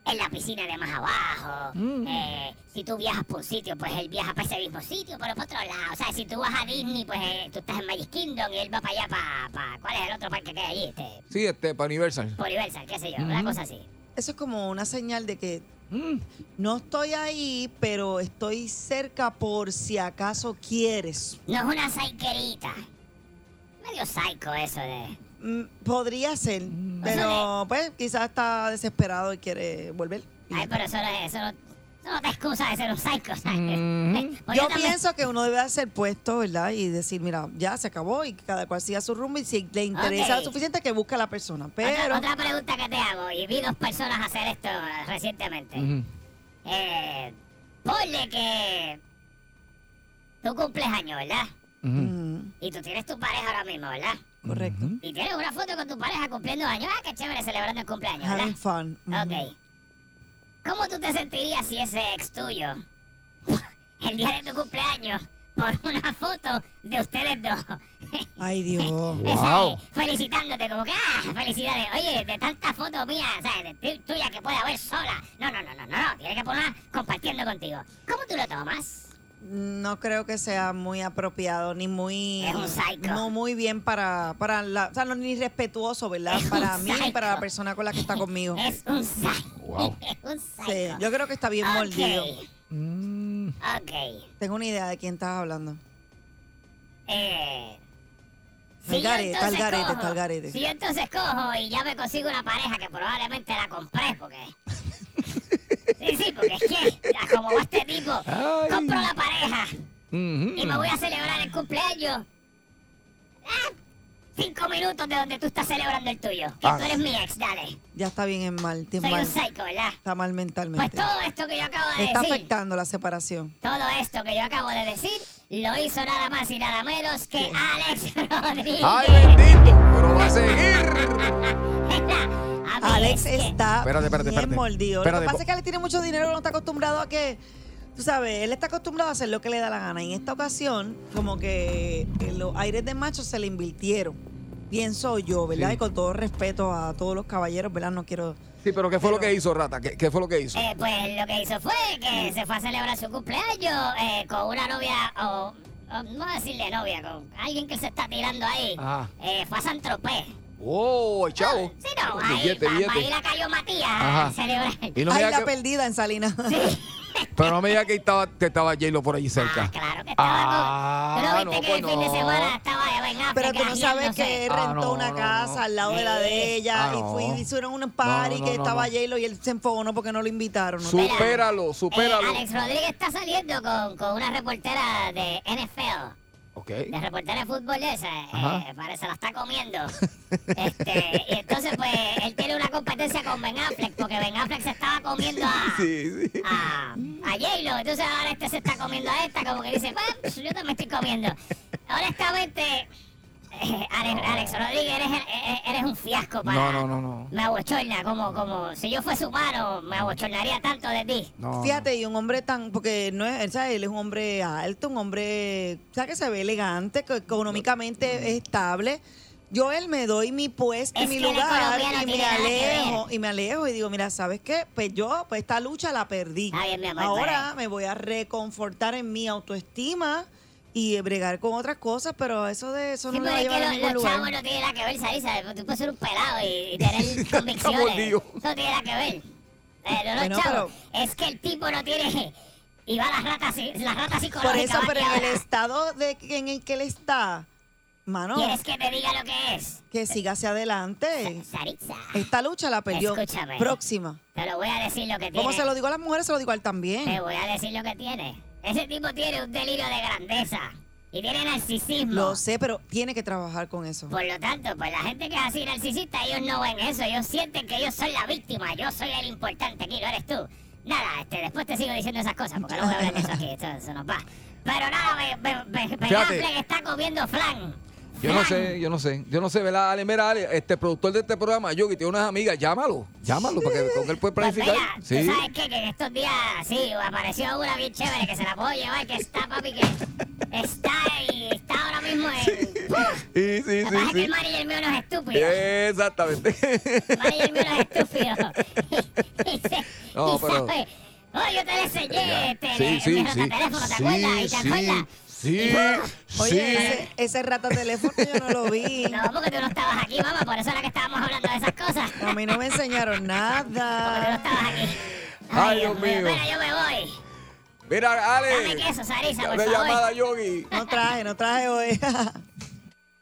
en la piscina de más abajo.
Mm.
Eh, si tú viajas por un sitio, pues él viaja para ese mismo sitio, pero para otro lado. O sea, si tú vas a Disney, pues eh, tú estás en Magic Kingdom y él va para allá, para... para- ¿Cuál es el otro parque que hay allí? Este,
Sí, este, para Universal.
por Universal, qué sé yo,
Mm.
una cosa así.
Eso es como una señal de que no estoy ahí, pero estoy cerca por si acaso quieres.
No es una saiquerita. Medio psycho eso de...
Mm, Podría ser,
Mm.
pero pues quizás está desesperado y quiere volver.
Ay, pero eso no es... Eso no, eso no te excusa de ser un psycho, ¿sabes? [laughs] Porque
Mm. Yo
Pues también-
pienso que uno debe hacer puesto, ¿verdad? Y decir, mira, ya se acabó y cada cual siga su rumbo y si le interesa
Ok.
lo suficiente que busque a la persona. Pero
Otra, otra pregunta que te hago, y vi dos personas hacer esto eh, recientemente. Eh, ponle que tú cumples años, ¿verdad?
Mm,
Y tú tienes tu pareja ahora mismo, ¿verdad?
correcto.
Y tienes una foto con tu pareja cumpliendo años. Ah, qué chévere, celebrando el cumpleaños,
Having
¿verdad?
fun. Ujú.
Ok. ¿Cómo tú te sentirías si ese ex tuyo, [laughs] el día de tu cumpleaños, por una foto de ustedes dos?
Ay, Dios.
Wow. Felicitándote, como que, ah, felicidades. Oye, de tanta foto mía, ¿sabes? de tu- tuya que puede haber sola. No, no, no, no, no, no. Tienes que ponerla compartiendo contigo. ¿Cómo tú lo tomas?
Mm, No creo que sea muy apropiado ni muy
Es un psycho.
no muy bien para para la, o sea, no, ni respetuoso, ¿verdad?
Es un
para mí y
psycho.
para la persona con la que está conmigo.
Es un psycho. [laughs] Es un
Sí,
psycho.
yo creo que está bien
Ok.
mordido.
Ok.
Tengo una idea de quién estás hablando.
Eh.
Al garete,
entonces
al garete,
cojo-
al garete.
Si yo entonces cojo y ya me consigo una pareja que probablemente la compré porque Sí, sí, porque es que, a como va este tipo,
Ay.
compro la pareja y me
Ujú.
voy a celebrar el cumpleaños. Ah, cinco minutos de donde tú estás celebrando el tuyo. Que
Ah.
tú eres mi ex, dale.
Ya está bien en mal, está
Soy un
mal.
psycho, ¿verdad?
Está mal
Pues
mentalmente.
todo esto que yo acabo de
Le está
decir,
afectando la separación.
todo esto que yo acabo de decir, lo hizo nada más y nada menos que Alex Rodríguez.
¡Ay, bendito! Pero va a seguir.
A mí
Alex
es que-
está
Espérate, espérate,
Ah, bien
espérate.
mordido.
Espérate,
lo que
po-
pasa es que él tiene mucho dinero, no está acostumbrado a que... Tú sabes, él está acostumbrado a hacer lo que le da la gana. Y en esta ocasión, como que eh, los aires de macho se le invirtieron. Pienso yo, ¿verdad?
Sí.
Y con todo respeto a todos los caballeros, ¿verdad? No quiero...
Sí, pero ¿qué fue lo que hizo, Rata? ¿Qué, qué fue lo que hizo?
Eh, pues lo que hizo fue que se fue a celebrar su cumpleaños eh, con una novia, o, o no decirle novia, con alguien que se está tirando ahí.
Ah.
Eh, fue a San Tropez.
¡Oh, el chavo!
Ah, Sí, no, ahí,
Billete,
para
billete.
ir a Cayo Matías
Ajá.
a celebrar.
Y no
Ay,
me diga
la
que-
perdida en Salinas.
pero no me diga que estaba, que estaba J-Lo por allí cerca.
Ah, claro que estaba
[laughs] Ah,
con... ¿Tú no viste que
no, pues
el fin de
no.
semana estaba en
Pero tú no sabes que él
Ah,
rentó
no,
una
no,
casa
no.
al lado de la
Eh.
de ella
Ah, no.
y fui, hicieron un party
No, no,
que
no,
estaba
no.
J-Lo y él se enfogonó porque no lo invitaron. ¿no?
Supéralo, supéralo.
Eh, Alex Rodríguez está saliendo con, con una reportera de NFL.
Ok.
de reportera de fútbol de esa, eh,
Ajá.
parece se la está comiendo. Este, y entonces pues él tiene una competencia con Ben Affleck, porque Ben Affleck se estaba comiendo a,
Sí, sí.
a, a J-Lo, entonces ahora este se está comiendo a esta, como que dice, pues yo también estoy comiendo. Honestamente, eh, Alex, Alex Rodríguez, eres, eres- eres un fiasco para...
No, no, no, no.
Me abochorna, como, como si yo fuese humano, me abochornaría tanto de ti.
No,
Fíjate, y un hombre tan, porque no es, él, ¿sabes? él es un hombre alto, un hombre, ¿sabes? Que se ve elegante, que económicamente estable. Yo él me doy mi puesto y
Es
mi
que la
lugar
economía no
y
tiene
me
nada que
alejo, y me alejo y digo, mira, ¿sabes qué? Pues yo, pues esta lucha la perdí.
Está bien, mi amor,
Ahora me voy a reconfortar en mi autoestima y bregar con otras cosas, pero eso de eso
Sí,
no me
pero
va a
es
llevar a
que
ningún
los, los
lugar.
chavos no [laughs] tienen nada que ver, Sarisa. Tú puedes ser un pelado y,
[laughs]
y tener convicciones.
mordido.
Eso no tiene nada que ver. Eh, no, los
Bueno,
chavos. Es que el tipo no tiene. [laughs] Y va a las ratas, psi- las ratas
Por
psicológicas.
eso,
va
pero
aquí
en el
ahora.
estado de en el que él está, mano,
¿Quieres que te diga lo que es?
que siga hacia adelante.
Sarisa.
Esta lucha la perdió.
Escúchame.
Próxima.
Te lo voy a decir lo que tiene.
Como se lo digo a las mujeres, se lo digo a él
Te
también.
voy a decir lo que tiene. Ese tipo tiene un delirio de grandeza. Y tiene narcisismo.
Lo sé, pero tiene que trabajar con eso.
Por lo tanto, pues la gente que es así narcisista, ellos no ven eso, ellos sienten que ellos son la víctima, yo soy el importante aquí, no eres tú. Nada, este, después te sigo diciendo esas cosas, porque no voy a hablar de eso aquí, esto, eso nos va. Pero nada, Ben- Ben- Ben- Ben
Fíjate.
Affleck está comiendo flan.
Yo no
Flan.
sé, yo no sé. Yo no sé, ¿verdad, Ale? Mira, Ale, este productor de este programa, Yogi, tiene unas amigas, llámalo. Llámalo, porque con él puede
Pues mira,
planificar. Sí.
tú sabes qué? que en estos días, sí, apareció una bien chévere que se la puedo llevar, que está, papi, que está y está ahora mismo en... ¡Puf!
Sí, sí,
¡uh! Lo que
sí,
pasa es que
sí. Eh.
el manager mío no es estúpido.
Exactamente.
Vaya, mira, estúpido. y se,
[laughs] No,
y
pero-
sabe, oh, yo te lo enseñé, te
Sí,
le-
sí,
mi
sí.
teléfono, ¿te
Sí,
acuerdas? ¿Y te
sí,
acuerdas? ¡uh!
sí,
Oye,
sí.
ese, ese rata teléfono yo no lo vi.
[laughs] No, porque tú no estabas aquí, mamá, por eso era que estábamos hablando de esas cosas.
A mí no me enseñaron
Porque tú no
nada.
estabas aquí.
Ay, Dios mío.
Mira, yo me voy.
Mira,
Dame
Ale.
queso, Sarisa, por
Una
favor.
llamada, Yogi.
No traje, no traje hoy. [laughs]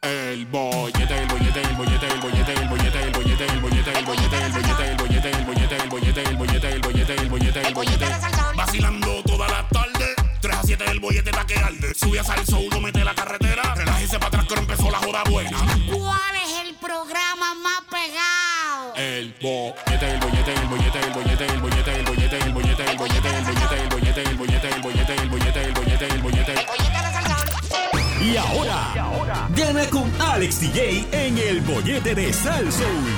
El bollete, el bollete, el bollete, el bollete, el bollete, el bollete, el bollete, el bollete, el bollete, el bollete, el bollete, el bollete, el bollete, el bollete, el bollete, el bollete. Vacilando toda la tarde, 3 a 7 el bollete está que arde. Sube a salso, uno mete la carretera, relájese para atrás que ahora empezó la joda buena.
¿Cuál es el programa más pegado?
El bollete, el bollete, el bollete, el bollete, el bollete, el bollete, el bollete, el bollete, el bollete, el bollete, el bollete, el bollete, el bollete, el bollete, el bollete.
Y ahora, gana con Alex DJ en el bollete de Sal Soul.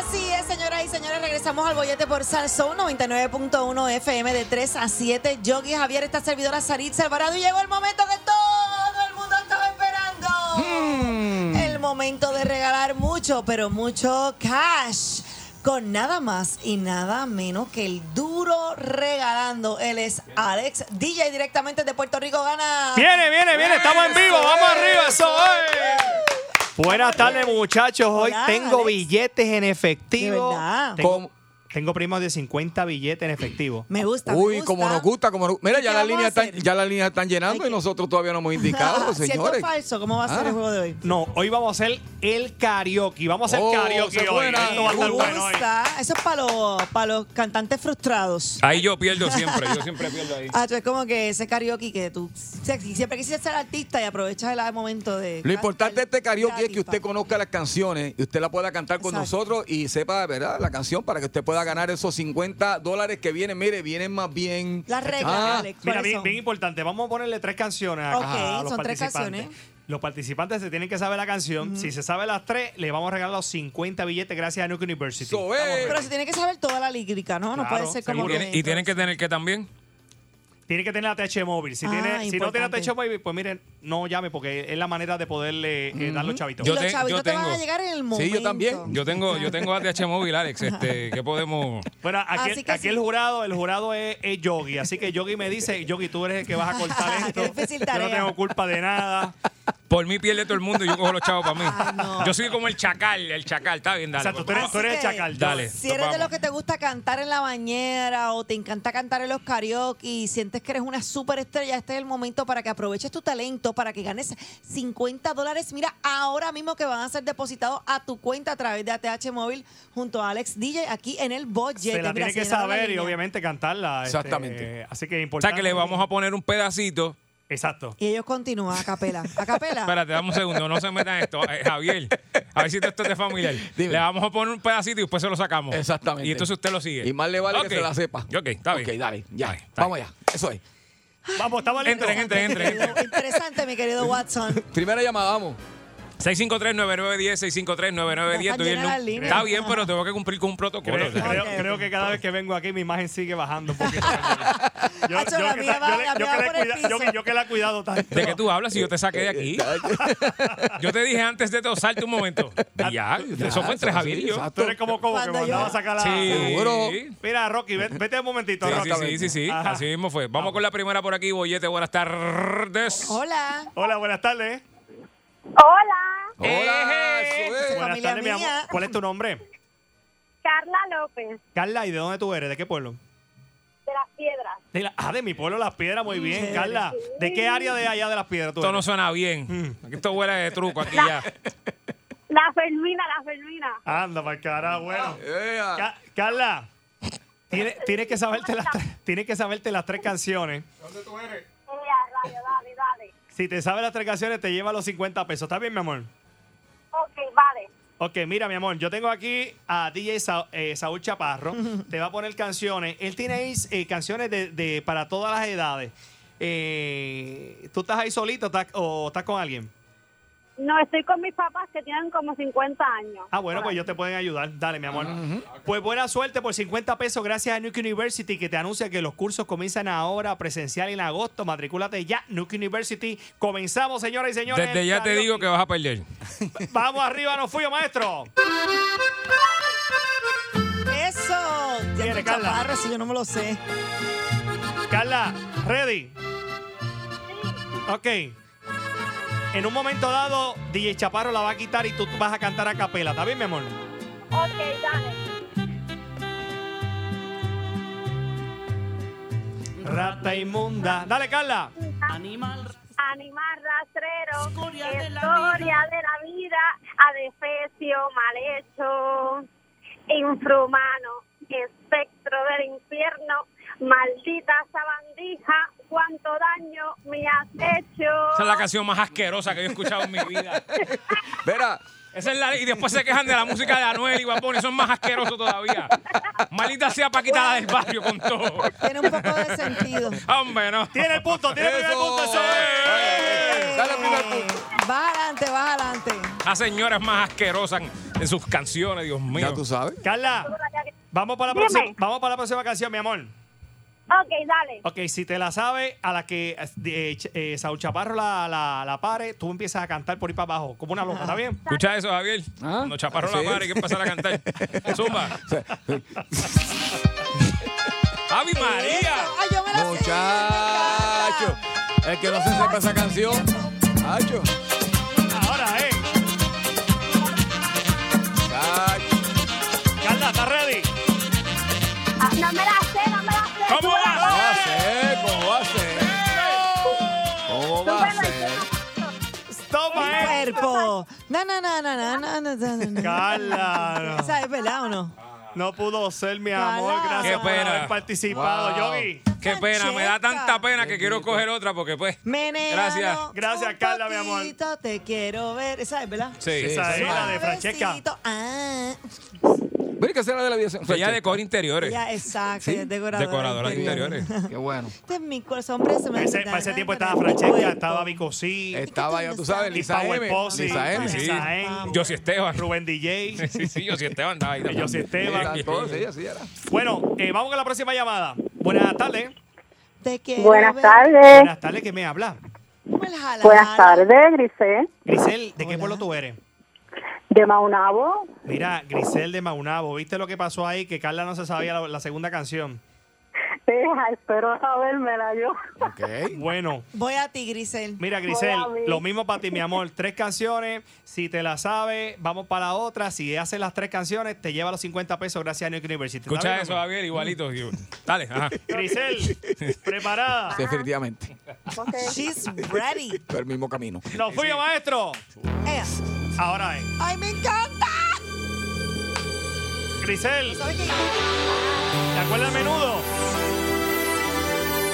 Así es, señoras y señores, regresamos al bollete por Salsón 99.1 FM de 3 a 7. Yogi Javier, esta servidora Saritza Alvarado y llegó el momento que todo el mundo estaba esperando.
Hmm.
El momento de regalar mucho, pero mucho cash. Con nada más y nada menos que el duro regalando. Él es Alex, DJ directamente de Puerto Rico, gana.
Viene, viene, viene, estamos en vivo, vamos arriba, eso ey. Buenas tardes, muchachos. Hoy
Hola,
tengo
Alex.
billetes en
De
efectivo.
verdad.
Tengo,
Como-
tengo primos de 50 billetes en efectivo.
Me gusta. me
Uy, como nos gusta, como nos- Mira,
¿Y
ya
qué
las
vamos a
líneas están,
hacer?
ya las líneas están llenando
Ay,
y nosotros todavía no hemos
Ah,
indicado,
¿Cierto o
señores.
falso? ¿Cómo va a ser
Ah.
el juego de hoy?
No, hoy vamos a hacer el karaoke. Vamos a hacer
Oh, se
karaoke hoy.
fuera.
Esto va a estar
Me
bueno hoy.
gusta. Eso es para los, para los cantantes frustrados.
Ahí Ah, yo pierdo siempre, yo siempre pierdo ahí.
Ah, tú es como que ese karaoke que tú se- siempre quisiste ser artista y aprovechas el momento de.
Lo importante de este karaoke es que usted conozca las canciones y usted la pueda cantar con nosotros y sepa, ¿verdad? La canción para que usted pueda ganar esos 50 dólares que vienen. Mire, vienen más bien.
Las
Ah,
Mira, bien, bien importante. Vamos a ponerle tres canciones a,
Ok,
a los
son tres
participantes.
canciones.
Los participantes se tienen que saber la canción. Si se sabe las tres, le vamos a regalar los 50 billetes gracias a Nuke University. Estamos
Pero se tiene que saber toda la lírica, ¿no? no
Claro,
puede ser como
seguro.
que.
Y tienen que tener que también.
Tiene que tener la TH móvil. Si,
Ah,
tiene, si no tiene la
importante.
TH móvil, pues miren, no llame porque es la manera de poderle eh, dar los chavitos.
Y los chavitos te van a llegar en el momento.
Yo tengo, yo tengo ATH móvil, Alex. Este, ¿Qué podemos...?
Bueno, aquí,
Así que
aquí
sí.
el jurado, el jurado es, es Yogi, así que Yogi
[laughs]
me dice, Yogi, tú eres el que vas a cortar
[laughs]
esto. Yo no tengo culpa de nada.
Por mí pierde todo el mundo y yo cojo los chavos para mí.
Ah, no.
Yo soy como el chacal, el chacal, está bien, dale.
Exacto, tú eres- tú eres el Así que, chacal,
Dale.
Si eres de los que te gusta cantar en la bañera o te encanta cantar en los karaoke y sientes que eres una superestrella, este es el momento para que aproveches tu talento, para que ganes 50 dólares. Mira, ahora mismo que van a ser depositados a tu cuenta a través de ATH Móvil junto a Alex DJ aquí en el budget.
Se la
Mira,
tiene que
señora,
saber y
línea.
obviamente cantarla. este,
Exactamente.
así que
O sea,
es importante.
que le vamos a poner un pedacito.
Exacto.
Y ellos continúan a capela. A
[laughs]
capela.
Espérate, dame un segundo, no se metan esto. Eh, Javier, a ver si esto es de familiar. Le vamos a poner un pedacito y después se lo sacamos.
Exactamente.
Y entonces usted lo sigue.
Y más le vale que
Ok.
se la sepa.
Ok, está bien.
Ok, dale, ya. Vamos allá. Eso es.
Vamos, estamos
listos. Entren, entren, entren. entren.
Interesante, mi querido Watson.
[laughs]
Primera llamada, vamos.
653-9910, 653-9910.
Están
doy el
llenas las
nu-
líneas.
Está bien, pero tengo que cumplir con un protocolo.
Creo, creo- creo que cada vez que vengo aquí mi imagen sigue bajando. un poquito. Yo-
Hacho,
yo
la
que
mía
ta-
va-
yo le-
la mía
yo que
va
le
por el
cuida- yo que- Yo que la he cuidado tanto.
¿De qué tú hablas si yo te saqué de aquí? Yo te dije antes de tosarte un momento. Y ya, eso fue entre Javier y yo.
Tú eres como Cobo que mandaba a sacar la...
Sí. Seguro.
Mira, Rocky, ve- vete un momentito,
Sí,
Rocky.
sí, sí, sí, sí.
Ajá.
así mismo fue. Vamos con la primera por aquí, Bollete, buenas tardes.
Hola.
Hola, buenas tardes.
Hola,
Hola, Buenas
familia
tardes, mi amor.
mía.
¿Cuál es tu nombre?
Carla López,
Carla, ¿y de dónde tú eres? ¿De qué pueblo?
de Las Piedras.
De la- ah, de mi pueblo Las Piedras, muy bien, Carla. ¿De qué área de allá de Las Piedras tú
Esto no
eres? Mm.
suena bien. Esto huele de truco aquí ya.
La Fermina, la Fermina.
Anda, para
Ah,
carajo, bueno. Ca- Carla, tiene- tienes que saberte las tres, tienes que saberte las tres canciones.
¿Dónde tú eres? Mira, dale, dale, dale.
Si te sabes las tres canciones, te lleva los 50 pesos. ¿Está bien, mi amor?
Ok, vale.
Ok, mira, mi amor, yo tengo aquí a DJ Sa- eh, Saúl Chaparro. te va a poner canciones. Él tiene ahí eh, canciones de, de- para todas las edades. Eh, ¿Tú estás ahí solito o estás- o estás con alguien?
No, estoy con mis papás que tienen como 50 años.
Ah, bueno, pues ellos te pueden ayudar. Dale, mi amor. Pues buena suerte por 50 pesos gracias a Nuke University que te anuncia que los cursos comienzan ahora presencial en agosto. Matricúlate ya, Nuke University. Comenzamos, señoras y señores.
Desde ya te digo que vas a perder.
Vamos arriba, nos fuimos, maestro.
Eso.
Viene,
Tiene
Carla.
Carla. Eso yo no me lo sé.
Carla, ¿ready? Ok. En un momento dado, DJ Chaparro la va a quitar y tú vas a cantar a capela. ¿Está bien, mi amor?
Ok, dale.
Rata inmunda. Dale, Carla.
Animal. Animal rastrero. Escoria,
de la
de la vida. Adefesio mal hecho. Infrahumano. Espectro del infierno. Maldita sabandija. Cuánto daño me has hecho.
Esa es la canción más asquerosa que yo he escuchado en mi vida.
Verá.
Esa es la, y después se quejan de la música de Anuel y Baboni. Son más asquerosos todavía. Malita sea Paquita la del barrio con todo. Ah,
Tiene un poco de sentido.
Hombre, no.
Tiene el punto, tiene el primer punto. eso es.
Eh, Va adelante, va adelante.
A señoras más asquerosas en, en sus canciones, Dios mío. Ya tú
sabes.
Ah.
Carla, vamos para, la
Dime.
próxima, vamos para la próxima canción, mi amor.
Ok, dale.
Ok, si te la sabe, a la que eh, Ch- eh, Saúl Chaparro la, la, la pare, tú empiezas a cantar por ahí para abajo, como una loca, ¿está bien?
Escucha eso, Javier. Cuando chaparro
Sí.
la madre hay que empezar a cantar. Zumba. ¡Avi María!
Ay, yo me la sé.
Muchacho. El que no se sepa esa canción. Muchacho.
Ahora, eh. Carla, ¿estás ready?
Ah, No me la sé, no me la sé.
¿Cómo
Tú me la
va
a ser? ¿Cómo va a ser? ¿Cómo va a ser?
Toma, eh.
Cuerpo. Na, na, na, na, na, na, na, na, na.
Carla, no.
¿Esa es verdad o no?
No pudo ser, mi amor.
Carla.
Gracias
Qué
por
pena.
haber participado,
Wow.
Yogi.
Qué pena, me da tanta pena que quiero coger otra porque pues.
Menealo
Gracias.
Gracias, Carla, mi amor.
Poquito Te quiero ver. ¿Esa es verdad?
Sí, esa es la de
Francesca.
Suavecito. Ah,
Mira que será de la aviación.
Ella decora interiores.
ya, exacto.
Sí,
ya es decoradora.
decoradora de
Qué bien.
interiores.
[laughs] Qué bueno.
Este es mi corazón, hombre, se me
Ese-
olvida.
para ese tiempo estaba Francesca, estaba Bicosí.
Estaba ya, tú sabes,
Y
Lisa
Power
M.
Posse,
Lisa M.
Lisa
Sí.
M,
Yo sí Esteban.
Rubén
[laughs]
DJ.
Sí, sí, yo sí Esteban estaba ahí. también.
Yo sí Esteban.
Era todo, sí, así era.
Bueno, eh, vamos con la próxima llamada. Buenas tardes.
Te quiero
Buenas
ver.
tardes.
Buenas tardes, ¿qué me habla?
Como el jala,
Buenas
jala.
tardes, Grisel.
Grisel, ¿de qué pueblo tú eres?
De Maunabo.
Mira, Grisel de Maunabo, ¿viste lo que pasó ahí? Que Carla no se sabía la, la segunda canción.
Deja, espero sabérmela yo.
Ok.
Bueno,
Voy a ti, Grisel.
mira, Grisel,
Hola, mi.
lo mismo para ti, mi amor. Tres canciones, si te la sabes, vamos para la otra. Si haces las tres canciones, te lleva los 50 pesos gracias a New York University. ¿Está
Escucha
bien,
eso,
mamá?
Javier,
[laughs]
igualito. digo. Dale, ajá.
Grisel, preparada.
Definitivamente.
Ok.
She's ready.
Por el mismo camino.
Nos fuimos, maestro.
Eh.
Ea.
Ahora es.
¡Ay, me encanta!
Grisel,
¿Sabes qué?
¿te acuerdas de menudo?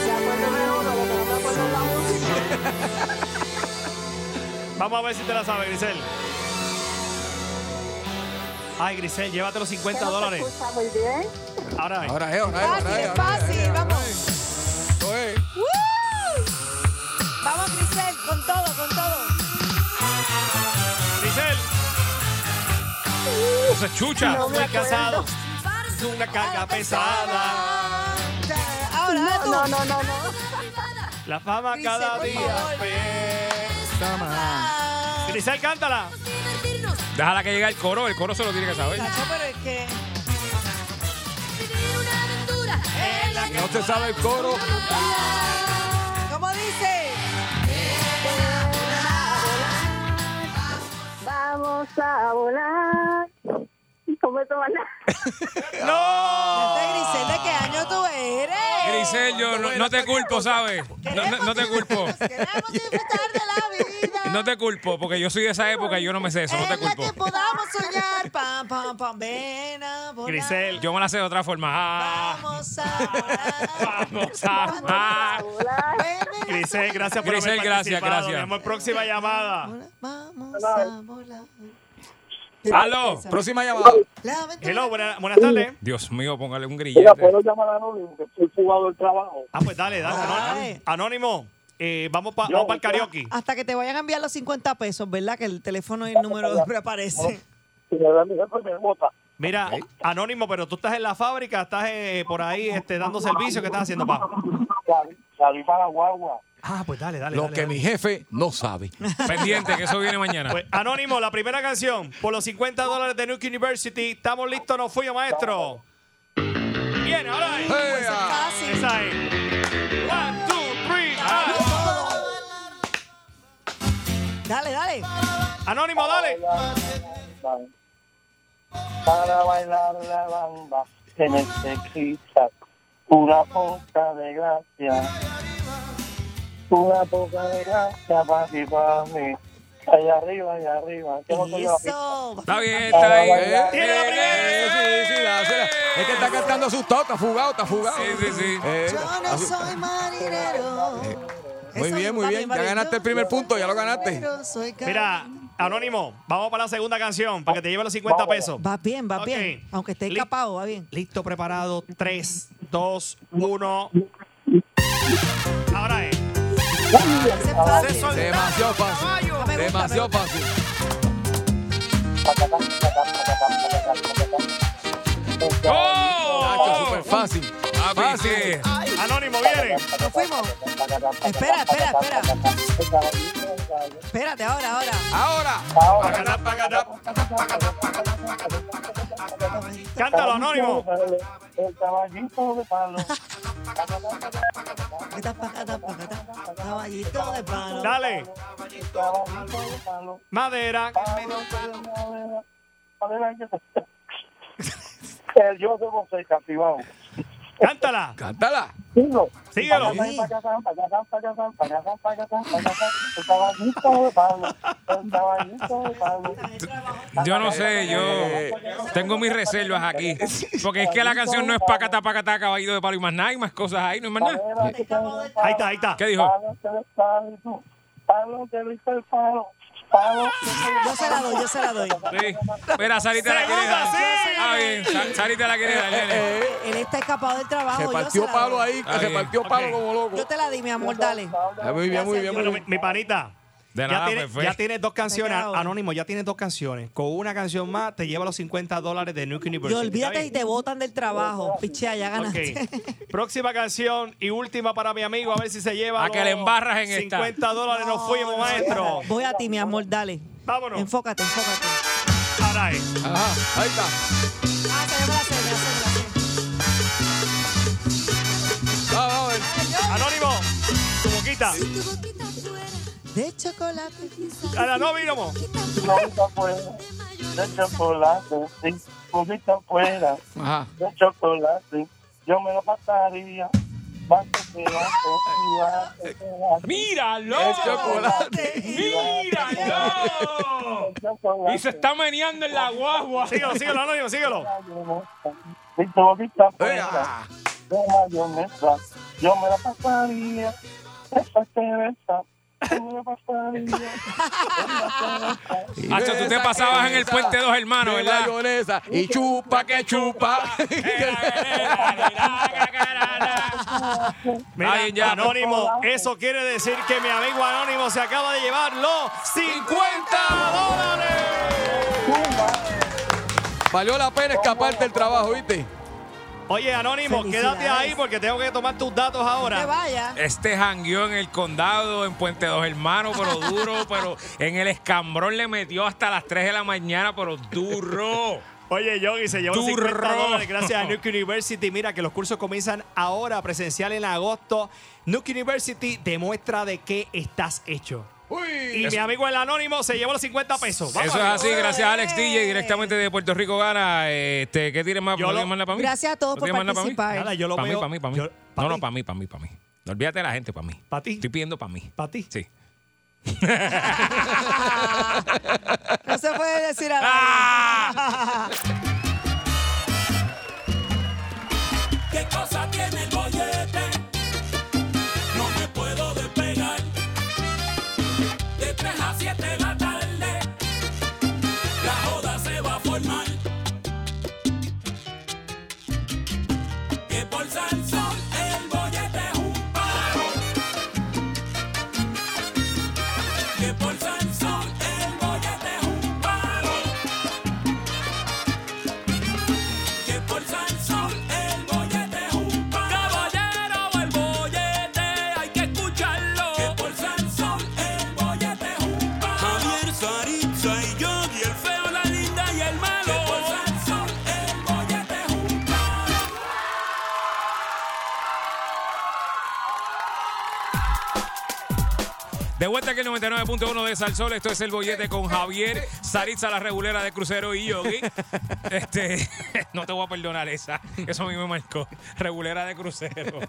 Ya acuérdame uno, porque no me acuerdo la música.
[laughs] Vamos a ver si te la sabes, Grisel. Ay, Grisel, llévate los 50
No se
dólares.
escucha muy bien.
Ahora es.
Ahora es, ahora es,
Fácil, es
ahora es. ahora es,
fácil,
ahora es,
vamos.
ahora es. Oye,
¡Woo! Vamos, Grisel, con todo, con todo.
Grisel,
Uh, se chucha.
No me
estoy
acuerdo.
casado. Es una carga pesada.
Ya, Ahora tú.
No, no, no, no.
La fama
Grisel,
cada
por
día.
favor.
está mal.
Ah,
Grisel, cántala.
Déjala que llegue el coro, el coro se lo tiene que saber.
Cacho, pero es que.
No te sabe el coro.
¿Cómo dice?
Vamos a volar. ¿Cómo te van
[laughs]
Este Grisel, ¿de qué año tú eres?
Grisel, yo no, no te culpo, ¿sabes? No, no- no
[laughs]
te culpo.
Queremos disfrutar de la vida.
No te culpo, porque yo soy de esa época y yo no me sé eso, no te
en la que
culpo.
podamos soñar. Pam, pam, pam. Ven a volar.
Grisel,
Yo me la sé de otra forma. Ah,
Vamos a volar.
vamos a amar.
volar?
Ven, ven,
Grisel, gracias por
Grisel,
haber
gracias,
participado.
gracias.
Mi amor, próxima llamada.
Vamos a volar.
Aló.
Próxima llamada.
La aventura-
Hello, buena- buenas tardes.
Uh, Dios mío, póngale un
Mira,
grillete.
puedo llamar a Anónimo, que estoy jugado del trabajo.
Ah, pues dale, dale.
Ay.
Anónimo, Anónimo, eh, vamos para
Yo,
el karaoke.
Hasta que te vayan a enviar los 50 pesos, ¿verdad? Que el teléfono y el número reaparece.
Si me da mi jefe, me bota.
Mira, Anónimo, pero tú estás en la fábrica, estás eh, por ahí este, dando servicio. ¿Qué estás haciendo, pa?
Salí, salí para guagua.
Ah, pues dale, dale.
Lo
dale,
que
dale.
mi jefe no sabe.
Pendiente, que eso viene mañana.
Pues, Anónimo, la primera canción. Por los 50 dólares de Nuke University. Estamos listos, nos fuimos, maestro. Bien, ahora es.
Pues,
¡Ea!
Fácil.
Esa es. One, two, three, ah.
Dale, dale.
Anónimo, dale.
Para bailar la banda se necesita una poca de gracia. Una poca de gracia para ti, para mí. Allá arriba, allá arriba. ¿Qué no soy yo?
Eso.
Está bien, está ahí.
Eh,
Eh,
Tiene la
eh,
eh,
sí, sí, la- sí, la- Es que está cantando asustado, está fugado, está fugado.
Sí, sí, sí.
Eh,
Yo no soy marinero.
Eh,
muy
Eso,
bien, muy
va
bien. Ya
va
ganaste el primer punto, ya lo ganaste.
Pero soy car-
Mira, Anónimo, vamos para la segunda canción para que te lleve los 50 pesos.
Va bien, va
Ok.
bien. Aunque esté
Li-
escapado, va bien.
Listo, preparado. 3, 2, 1. Ahora es.
Ese es fácil.
Se soltó.
Demasiado fácil.
Me gusta,
Demasiado
me gusta.
fácil. Nacho,
¡Oh!
súper fácil.
Papi, sí.
Fácil.
Anónimo, viene.
Nos fuimos. Espera, espera, espera. Espérate, ahora, ahora.
Ahora.
Pacatá, pacatá. Cántalo, Anónimo.
El caballito de palo.
Pacatá, pacatá, pacatá. Caballito de palo.
Dale.
El caballito de palo.
Madera.
El yo de José Castigado.
Cántala.
Cántala.
Sigo.
Síguelo.
Pacatán, pacatán, pacatán, pacatán, pacatán, pacatán. El caballito de Pablo. El caballito de Pablo.
Yo no sé, yo tengo mis reservas aquí. Porque es que la canción no es pacata, pacata, caballito de palo y más nada, y más cosas ahí, no es más nada.
Ahí está, ahí está.
¿Qué dijo?
Pablo te lo sabe tú. Pablo te lo hizo el Pablo. Pablo
Yo se la doy, yo se la doy.
Sí. Mira, Sarita la quiere dar. Ah, bien. Sa- Sarita la quiere dar, nene.
Él está escapado del trabajo.
Se
yo
partió
la
Pablo
doy.
ahí,
Ah,
se
bien.
partió Pablo
Ok.
como
Yo
loco.
te la di, mi amor, dale.
Ah, Muy bien, muy bien, muy
Bueno, mi,
bien.
mi panita.
De
ya,
nada,
tiene-
pues, fue.
ya tienes dos canciones,
Me quedo.
Anónimo, ya tienes dos canciones. Con una canción más te lleva los 50 dólares de Nuke
Y
University.
olvídate y
¿está
te botan del trabajo. Pichea, ya
bien?
ganaste.
Ok. Próxima canción y última para mi amigo, a ver si se lleva
A que le embarras en esta.
50 dólares, nos fuimos, maestro.
Voy a ti, mi amor, dale.
Vámonos.
Enfócate, enfócate.
Caray.
Ajá, ahí está.
Ah, se me la sé, me la sé, me la sé.
Vamos, vamos.
Anónimo, tu boquita.
De chocolate.
Anónimo.
Comita afuera. De chocolate, sí. Comita afuera.
Ajá.
De chocolate. Yo me lo pasaría. Bate, que bate, que bate.
¡Míralo!
El chocolate.
¡Míralo!
Chocolate.
Y se está meneando en la guagua.
[laughs] eh. Síguelo, síguelo, Anónimo, síguelo.
De comita afuera.
Ea.
de mayonesa. Yo me la pasaría esa cerveza. Yo me la pasaría.
Hacho, tú te
Esa
pasabas en el
cabeza
puente dos hermanos,
de
¿verdad? Uh.
mayonesa. Y chupa que chupa. [laughs]
Mira,
Ay, ya. pues,
Anónimo, eso quiere decir que mi amigo Anónimo se acaba de llevar los 50 dólares.
Valió la pena escaparte del trabajo, ¿viste?
Oye, Anónimo, quédate ahí porque tengo que tomar tus datos
Que
ahora.
vaya.
Este jangueó en el condado, en Puente Dos Hermanos, pero
[laughs]
duro, pero en el escambrón le metió hasta las 3 de la mañana, pero duro.
Oye, Yogi, se llevó los
Turro.
50 dólares [laughs] gracias a Nuke University. Mira que los cursos comienzan ahora presencial en agosto. Nuke University demuestra de qué estás hecho.
Uy.
Y mi amigo el Anónimo se llevó los 50 pesos. Vamos,
Eso es
amigo.
así, gracias a Alex DJ, directamente de Puerto Rico Gana. Este, ¿Qué tienes más?
Yo
¿No
lo-
tienes más nada para mí?
Gracias a todos
¿No
por
tienes más nada para mí?
participar.
Nada, yo lo
Para mí,
veo.
para mí, para mí.
yo- pa'
no,
mí.
no, para mí, para mí, para mí. Olvídate de la gente, para mí.
¿Pa' ti?
Estoy pidiendo para mí.
¿Pa' ti?
Sí.
[laughs] No se puede decir a
Ah.
¿Qué cosa tiene el bollete? No me puedo despegar. De 3 a 7 de la tarde, la joda se va a formar. Que por San Sol el bollete es un paro. Que por San Sol el bollete es un paro. Que por San Sol el bollete es un paro. Caballero, el bollete hay que escucharlo. Que por San Sol el bollete es un paro. Javier, Saritza y yo, y el feo, la linda y el malo. Que por San Sol el bollete es un paro.
De vuelta aquí el 99.1 de Salsol. Esto es El Bollete con Javier, Saritza, la regulera de crucero y Yogi. Este, [laughs] no te voy a perdonar esa. Eso a mí me marcó. Regulera de crucero.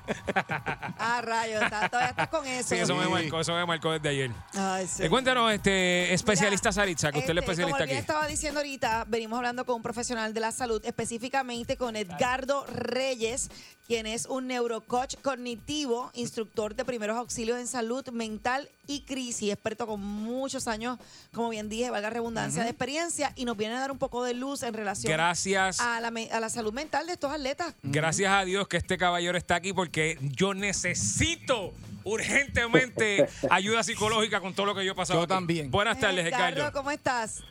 Ah, rayo, está- todavía estás con eso.
Sí, eso me
Sí.
marcó, eso me marcó desde ayer.
Ay, sí.
Eh, cuéntanos, este, especialista Saritza, que usted es
Este,
especialista
como
aquí.
bien estaba diciendo ahorita, venimos hablando con un profesional de la salud, específicamente con Edgardo Reyes, quien es un neurocoach cognitivo, instructor de primeros auxilios en salud mental y crisis, experto con muchos años, como bien dije, valga la redundancia, de experiencia, y nos viene a dar un poco de luz en relación
Gracias.
a la, me- a la salud mental de estos atletas.
Gracias a Dios que este caballero está aquí porque yo necesito
[laughs]
urgentemente ayuda psicológica con todo lo que yo he pasado.
Yo
aquí.
también.
Buenas tardes,
Edgardo,
Ricardo.
¿cómo estás?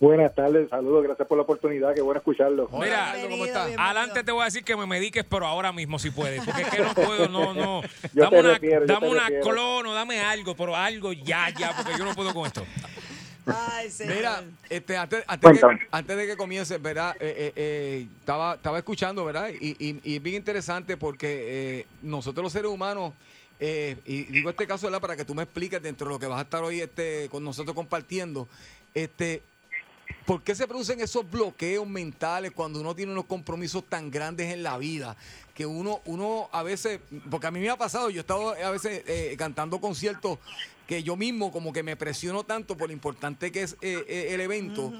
Buenas tardes, saludos, gracias por la oportunidad, qué bueno escucharlo.
Hola,
Mira,
Ricardo, ¿cómo estás?
bienvenido.
Adelante te voy a decir que me mediques, pero ahora mismo si puedes, porque es que no puedo, no, no.
[laughs] Yo
Dame
te
una,
refiero, yo
dame
te
una
refiero.
clono, dame algo, pero algo ya, ya, porque yo no puedo
[laughs]
con esto.
Ay, señor.
Mira, este, antes, antes,
Cuéntame.
que, antes de que comiences, ¿verdad? Eh, eh, eh, estaba, estaba escuchando, ¿verdad? Y, y, y es bien interesante porque eh, nosotros los seres humanos, eh, y digo este caso, ¿verdad? Para que tú me expliques dentro de lo que vas a estar hoy este, con nosotros compartiendo, este, ¿Por qué se producen esos bloqueos mentales cuando uno tiene unos compromisos tan grandes en la vida? Que uno, uno a veces, porque a mí me ha pasado, yo he estado a veces eh, cantando conciertos que yo mismo como que me presiono tanto por lo importante que es eh, eh, el evento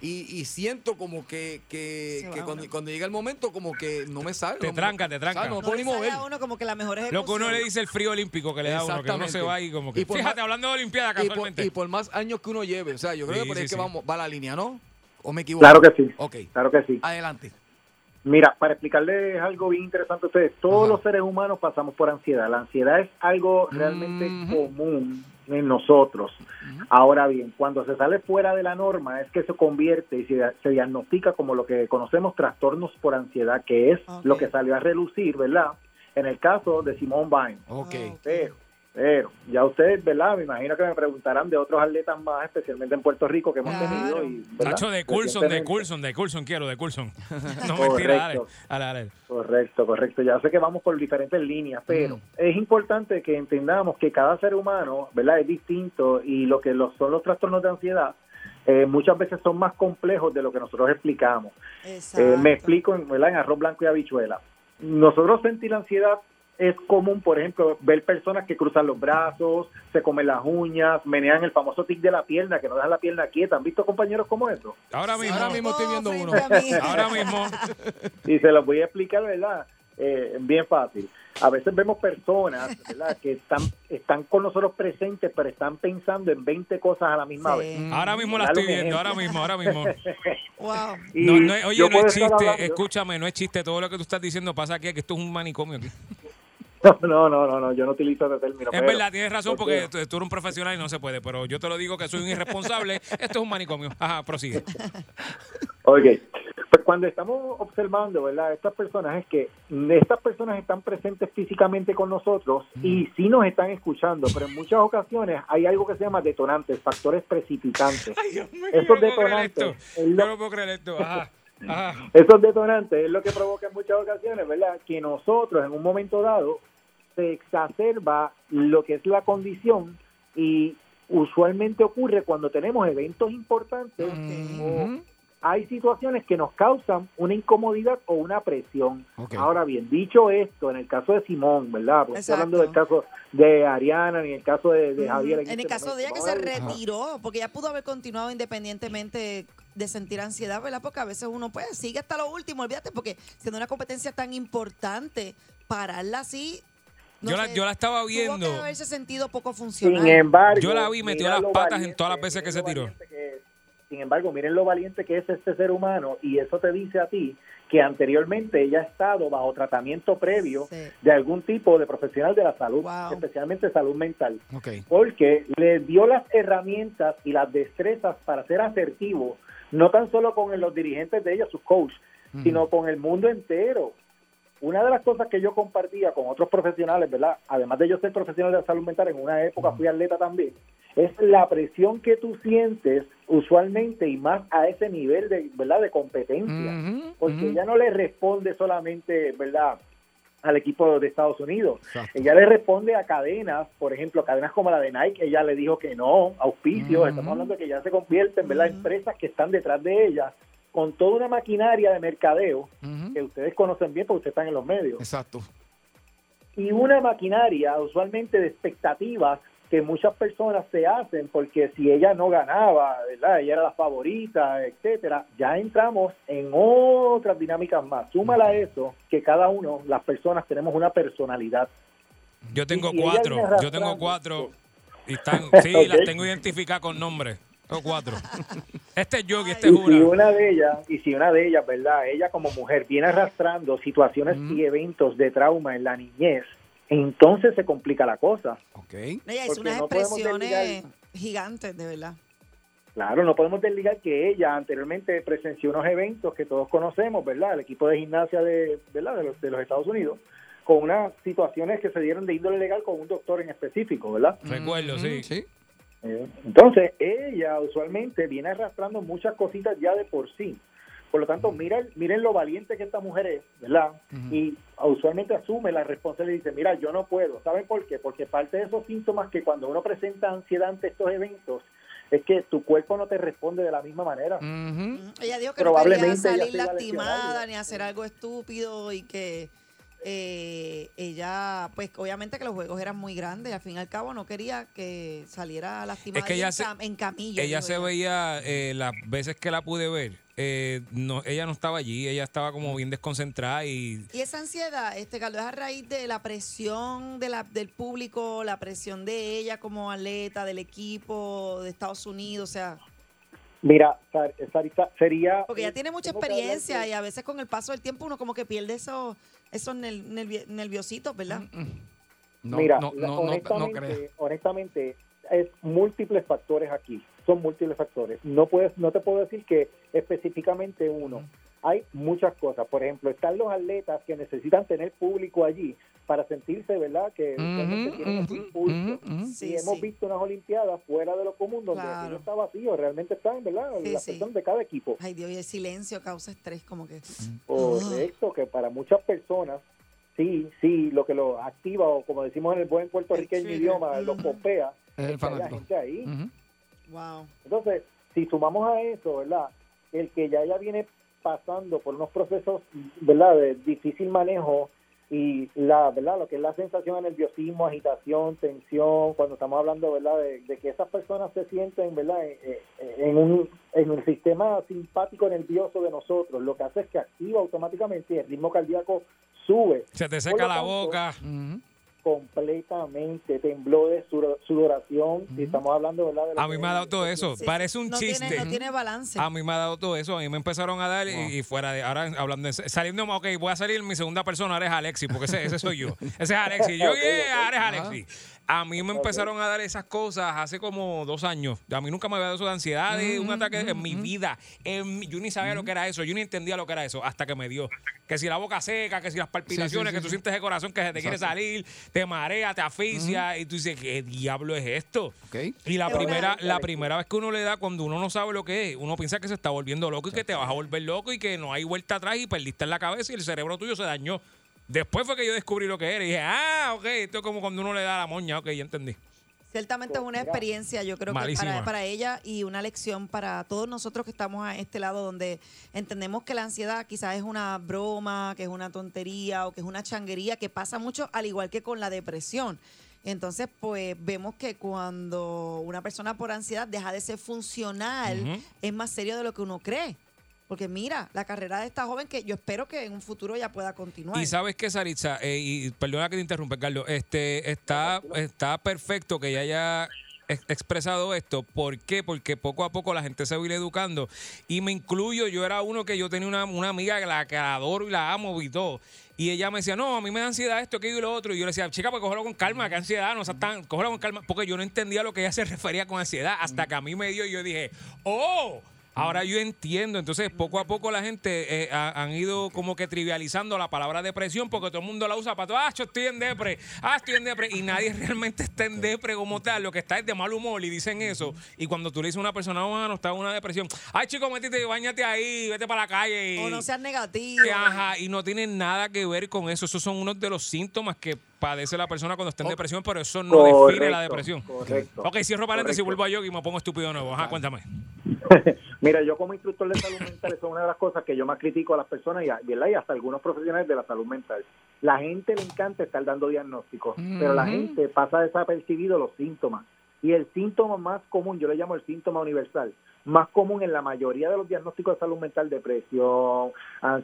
y, y siento como que, que- que cuando, cuando llega el momento como que no me sale.
Te
no me-
tranca, te
o sea,
tranca.
no me
No
puedo ni mover.
a uno como que la mejor ejecución.
Lo que uno le dice el frío olímpico que le da a uno, que uno se va y como que.
por
fíjate,
más-
hablando de Olimpiada
y por-
casualmente.
Y por más años que uno lleve, o sea, yo creo
Sí,
que por ahí
sí,
es que
sí.
vamos, va la línea, ¿no? ¿O me equivoco?
Claro que sí.
Ok.
Claro que sí.
Adelante.
Mira, para explicarles algo bien interesante a ustedes, todos los seres humanos pasamos por ansiedad. La ansiedad es algo realmente común en nosotros. Ahora bien, cuando se sale fuera de la norma es que se convierte y se, se diagnostica como lo que conocemos trastornos por ansiedad, que es lo que salió a relucir, ¿verdad? En el caso de Simone Biles. Pero, pero, ya ustedes, ¿verdad? Me imagino que me preguntarán de otros atletas más, especialmente en Puerto Rico, que hemos tenido. Y, ¿verdad?
Tacho de Coulson, de
Recientemente.
Coulson, de Coulson quiero, de
[laughs]
Coulson. No mentira, dale,
Correcto.
dale, dale.
Correcto, correcto. Ya sé que vamos por diferentes líneas, pero es importante que entendamos que cada ser humano, ¿verdad? Es distinto y lo que los- son los trastornos de ansiedad eh, muchas veces son más complejos de lo que nosotros explicamos. Eh, me explico, en, ¿verdad? En arroz blanco y habichuela. Nosotros sentir ansiedad es común, por ejemplo, ver personas que cruzan los brazos, se comen las uñas, menean el famoso tic de la pierna, que no deja la pierna quieta. ¿Han visto compañeros como eso?
Ahora mismo.
Ahora mismo estoy viendo uno. [laughs]
[laughs]
Ahora mismo.
Y se los voy a explicar, ¿verdad? Eh, bien fácil. A veces
[laughs]
vemos personas, ¿verdad? Que están, están con nosotros presentes, pero están pensando en 20 cosas a la misma vez.
Ahora mismo la
Dale
estoy
un
viendo, ahora
ejemplo.
mismo, ahora
[laughs]
mismo.
Wow.
No, no es-
Y
oye,
yo
no
puedo
es
estar
chiste,
hablando-
escúchame, no es chiste. Todo lo que tú estás diciendo pasa aquí, que esto es un manicomio aquí.
No, [laughs] no, no, no, no, yo no utilizo ese término.
Es
pero-
verdad, tienes razón, porque
pero-
tú, tú eres un profesional y no se puede, pero yo te lo digo que soy un
[laughs]
irresponsable. Esto es un manicomio. Ajá, prosigue.
[laughs]
Ok. Pues cuando estamos observando, ¿verdad? Estas personas es que estas personas están presentes físicamente con nosotros
Mm.
y sí nos están escuchando, pero en muchas ocasiones hay algo que se llama detonantes, factores
[laughs]
precipitantes.
yo
Esos
no puedo creer
detonantes,
esto.
es lo-
Yo no puedo creer esto. Ajá, ajá.
[laughs] esos detonantes es lo que provoca en muchas ocasiones, ¿verdad? Que nosotros en un momento dado se exacerba lo que es la condición y usualmente ocurre cuando tenemos eventos importantes o hay situaciones que nos causan una incomodidad o una presión. Ahora bien, dicho esto, en el caso de Simón, ¿verdad? Porque estoy hablando del caso de Ariana ni el caso de, de Javier.
Mm, En el
este
caso de ella que
momento.
se
Vamos a ver.
retiró, porque ella pudo haber continuado independientemente de sentir ansiedad, ¿verdad? Porque a veces uno pues sigue hasta lo último, olvídate, porque siendo una competencia tan importante, pararla así, No
yo, la,
sé,
yo la estaba
tuvo que
viendo.
haberse sentido poco funcional.
yo la vi, metió
mira
las
lo
patas en
valiente,
todas las veces que se
lo
tiró.
valiente que es. Sin embargo, miren lo valiente que es este ser humano y eso te dice a ti que anteriormente ella ha estado bajo tratamiento previo de algún tipo de profesional de la salud, especialmente salud mental, porque le dio las herramientas y las destrezas para ser asertivo, no tan solo con los dirigentes de ella, sus coaches, sino con el mundo entero. Una de las cosas que yo compartía con otros profesionales, ¿verdad? Además de yo ser profesional de la salud mental, en una época fui atleta también, es la presión que tú sientes usualmente y más a ese nivel de, ¿verdad? de competencia. Porque ella no le responde solamente, ¿verdad? al equipo de Estados Unidos. Ella le responde a cadenas, por ejemplo, cadenas como la de Nike, ella le dijo que no, auspicio, estamos hablando que ya se convierten, ¿verdad? Empresas que están detrás de ella con toda una maquinaria de mercadeo que ustedes conocen bien porque ustedes están en los medios.
Exacto.
Y una maquinaria usualmente de expectativas que muchas personas se hacen porque si ella no ganaba, ¿verdad? Ella era la favorita, etcétera. Ya entramos en otras dinámicas más. Súmala a eso que cada uno, las personas tenemos una personalidad.
Yo tengo
y ella
cuatro,
viene
yo tengo
arrastrando.
cuatro. Y
[laughs]
están, sí,
Ok.
las tengo identificadas con nombre. Tengo
[laughs]
cuatro. Este es Yogi, este
Y
es
si
Jura.
una de ellas, y si una de ellas, ¿verdad? Ella como mujer viene arrastrando situaciones y eventos de trauma en la niñez, entonces se complica la cosa.
Ella
Porque
hizo unas
no podemos
expresiones gigantes, de verdad.
Claro, no podemos desligar que ella anteriormente presenció unos eventos que todos conocemos, ¿verdad? El equipo de gimnasia de, ¿verdad? de, los, de los Estados Unidos, con unas situaciones que se dieron de índole legal con un doctor en específico, ¿verdad?
Recuerdo,
Mm,
sí.
Eh, Entonces, ella usualmente viene arrastrando muchas cositas ya de por sí. Por lo tanto, mira, miren lo valiente que esta mujer es, ¿verdad? Y usualmente asume la responsabilidad y dice, mira, yo no puedo. ¿Saben por qué? Porque parte de esos síntomas que cuando uno presenta ansiedad ante estos eventos es que tu cuerpo no te responde de la misma manera.
Ella dijo que no quería
Probablemente ella
salir
se iba a
lastimada ni hacer algo estúpido y que eh, ella, pues obviamente que los juegos eran muy grandes y al fin y al cabo no quería que saliera lastimada
Es que
y
ella
en,
se-
cam- en camilla.
Ella
dijo
se veía, eh, las veces que la pude ver, eh, no, ella no estaba allí, ella estaba como bien desconcentrada y
Y esa ansiedad, este Carlos, es a raíz de la presión de la- del público, la presión de ella como atleta, del equipo, de Estados Unidos, o sea,
Mira, Sar- Sarita, sería...
porque ella tiene mucha
tengo que hablar
experiencia
de-
y a veces con el paso del tiempo uno como que pierde esos esos nel- nervi- nerviositos, ¿verdad?
Mm,
No, Mira,
no,
la-
no, no, no
honestamente,
creo.
honestamente, es múltiples factores aquí. Son múltiples factores. No puedes, no te puedo decir que específicamente uno. Hay muchas cosas. Por ejemplo, están los atletas que necesitan tener público allí para sentirse, ¿verdad? Que realmente tienen ese impulso.
Sí,
y hemos
sí.
visto unas Olimpiadas fuera de lo común donde
Claro.
aquello está vacío. Realmente están, ¿verdad?
Sí,
Las
sí.
personas de cada equipo.
Ay Dios, y el silencio causa estrés como que...
Correcto, que para muchas personas, sí, sí, lo que los activa, o como decimos en el buen puertorriqueño idioma, los pompea,
Es el
es que haya
fanático.
gente ahí.
Wow.
Entonces, si sumamos a eso, ¿verdad? El que ya ya viene pasando por unos procesos, ¿verdad? De difícil manejo y la, ¿verdad? Lo que es la sensación de nerviosismo, agitación, tensión, cuando estamos hablando, ¿verdad? De, de que esas personas se sienten, ¿verdad? En, en- en un, en un sistema simpático nervioso de nosotros, lo que hace es que activa automáticamente y el ritmo cardíaco sube.
se te
Por
seca
lo
la
tanto,
boca.
pues. Completamente, tembló de sudor- sudoración, si estamos hablando, ¿verdad? De lo
A mí me ha dado todo eso, parece un
no
chiste.
Tiene, no tiene balance.
A mí me ha dado todo eso, a mí me empezaron a dar y- y, fuera de, ahora hablando, en se- saliendo, ok, voy a salir, mi segunda persona ahora es Alexi, porque ese, ese soy yo, ese es Alexi, yo,
[laughs] Ok,
yeah,
ok.
ahora es
Ajá.
Alexi. A mí me empezaron a dar esas cosas hace como dos años, a mí nunca me había dado eso de ansiedad, de
Mm,
un ataque en mi vida, En mi- yo ni sabía lo que era eso, yo ni entendía lo que era eso, hasta que me dio, que si la boca seca, que si las palpitaciones,
sí,
que tú sientes el corazón que se te quiere
Exacto.
salir, te marea, te asfixia, y tú dices, ¿qué diablo es esto? Y la
Es una-
primera, la primera vez que uno le da, cuando uno no sabe lo que es, uno piensa que se está volviendo loco y que te vas a volver loco y que no hay vuelta atrás y perdiste en la cabeza y el cerebro tuyo se dañó. Después fue que yo descubrí lo que era y dije, ah, ok, esto es como cuando uno le da la moña, ok, ya entendí.
Ciertamente es una experiencia, yo creo que
Malísima.
para, para ella y una lección para todos nosotros que estamos a este lado donde entendemos que la ansiedad quizás es una broma, que es una tontería o que es una changuería que pasa mucho al igual que con la depresión. Entonces, pues vemos que cuando una persona por ansiedad deja de ser funcional,
Ujú.
es más serio de lo que uno cree. Porque mira, la carrera de esta joven que yo espero que en un futuro ya pueda continuar.
Y sabes qué, Saritza, Eh, y perdona que te interrumpa, Carlos, este, está, está perfecto que ella haya ex- expresado esto. ¿Por qué? Porque poco a poco la gente se va a ir educando. Y me incluyo, yo era uno que yo tenía una, una amiga que la, que la adoro y la amo y todo. Y ella me decía, no, a mí me da ansiedad esto, aquello y lo otro. Y yo le decía, chica, pues cógelo con calma, que ansiedad, no seas tan, cógelo con calma. Porque yo no entendía lo que ella se [laughs] refería con ansiedad hasta que a mí me dio y yo dije, ¡oh! Ahora yo entiendo, entonces poco a poco la gente eh, ha- han ido como que trivializando la palabra depresión porque todo el mundo la usa para todo, ah, yo estoy en depre, ah, estoy en depre, y nadie [laughs] realmente está en depre como tal, lo que está es de mal humor y dicen eso, y cuando tú le dices a una persona, "Ah, no está en una depresión, ay chico, métete, bañate ahí, vete para la calle. y-
O no seas negativo.
que, Ajá, y no tiene nada que ver con eso. Esos son unos de los síntomas que padece la persona cuando está en depresión, pero eso no define la
Correcto,
depresión.
correcto,
ok, cierro paréntesis y
correcto.
vuelvo a yoga y me pongo estúpido de nuevo. Ajá, cuéntame.
Mira, yo como instructor de salud mental, eso es una de las cosas que yo más critico a las personas y, a- ¿verdad? y hasta algunos profesionales de la salud mental. La gente le encanta estar dando diagnósticos, pero la
Ujú.
gente pasa desapercibido los síntomas. Y el síntoma más común, yo le llamo el síntoma universal, más común en la mayoría de los diagnósticos de salud mental, depresión,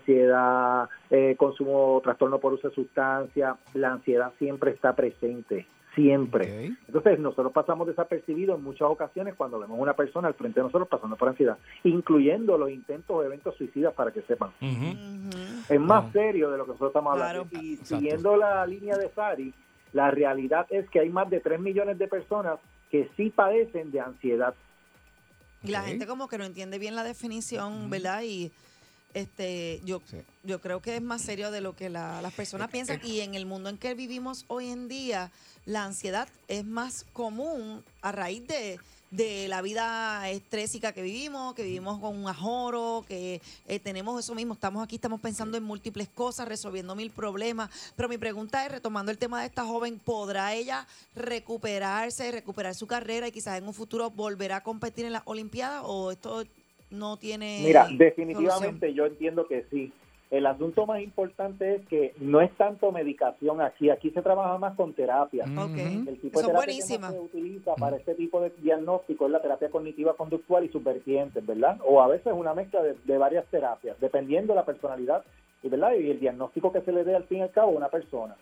ansiedad, eh, consumo, trastorno por uso de sustancia, la ansiedad siempre está presente, siempre. Entonces nosotros pasamos desapercibidos en muchas ocasiones cuando vemos a una persona al frente de nosotros pasando por ansiedad, incluyendo los intentos o eventos suicidas para que sepan. Es más serio de lo que nosotros estamos hablando. Y siguiendo la línea de Sari, la realidad es que hay más de 3 millones de personas que sí padecen de ansiedad.
Y la gente como que no entiende bien la definición, ¿verdad? Y este yo yo creo que es más serio de lo que la- las personas piensan y en el mundo en que vivimos hoy en día, la ansiedad es más común a raíz de de la vida estrésica que vivimos, que vivimos con un ajoro, que eh, tenemos eso mismo, estamos aquí, estamos pensando en múltiples cosas, resolviendo mil problemas. Pero mi pregunta es, retomando el tema de esta joven, ¿podrá ella recuperarse, recuperar su carrera y quizás en un futuro volverá a competir en las Olimpiadas o esto no tiene...
Mira,
Eh, solución?
definitivamente yo entiendo que sí. El asunto más importante es que no es tanto medicación aquí, aquí se trabaja más con terapia. El tipo
Eso
de
es
terapia
buenísima.
que más se utiliza para este tipo de diagnóstico es la terapia cognitiva conductual y sus vertientes, ¿verdad? O a veces una mezcla de, de varias terapias, dependiendo de la personalidad y ¿verdad? y el diagnóstico que se le dé al fin y al cabo a una persona.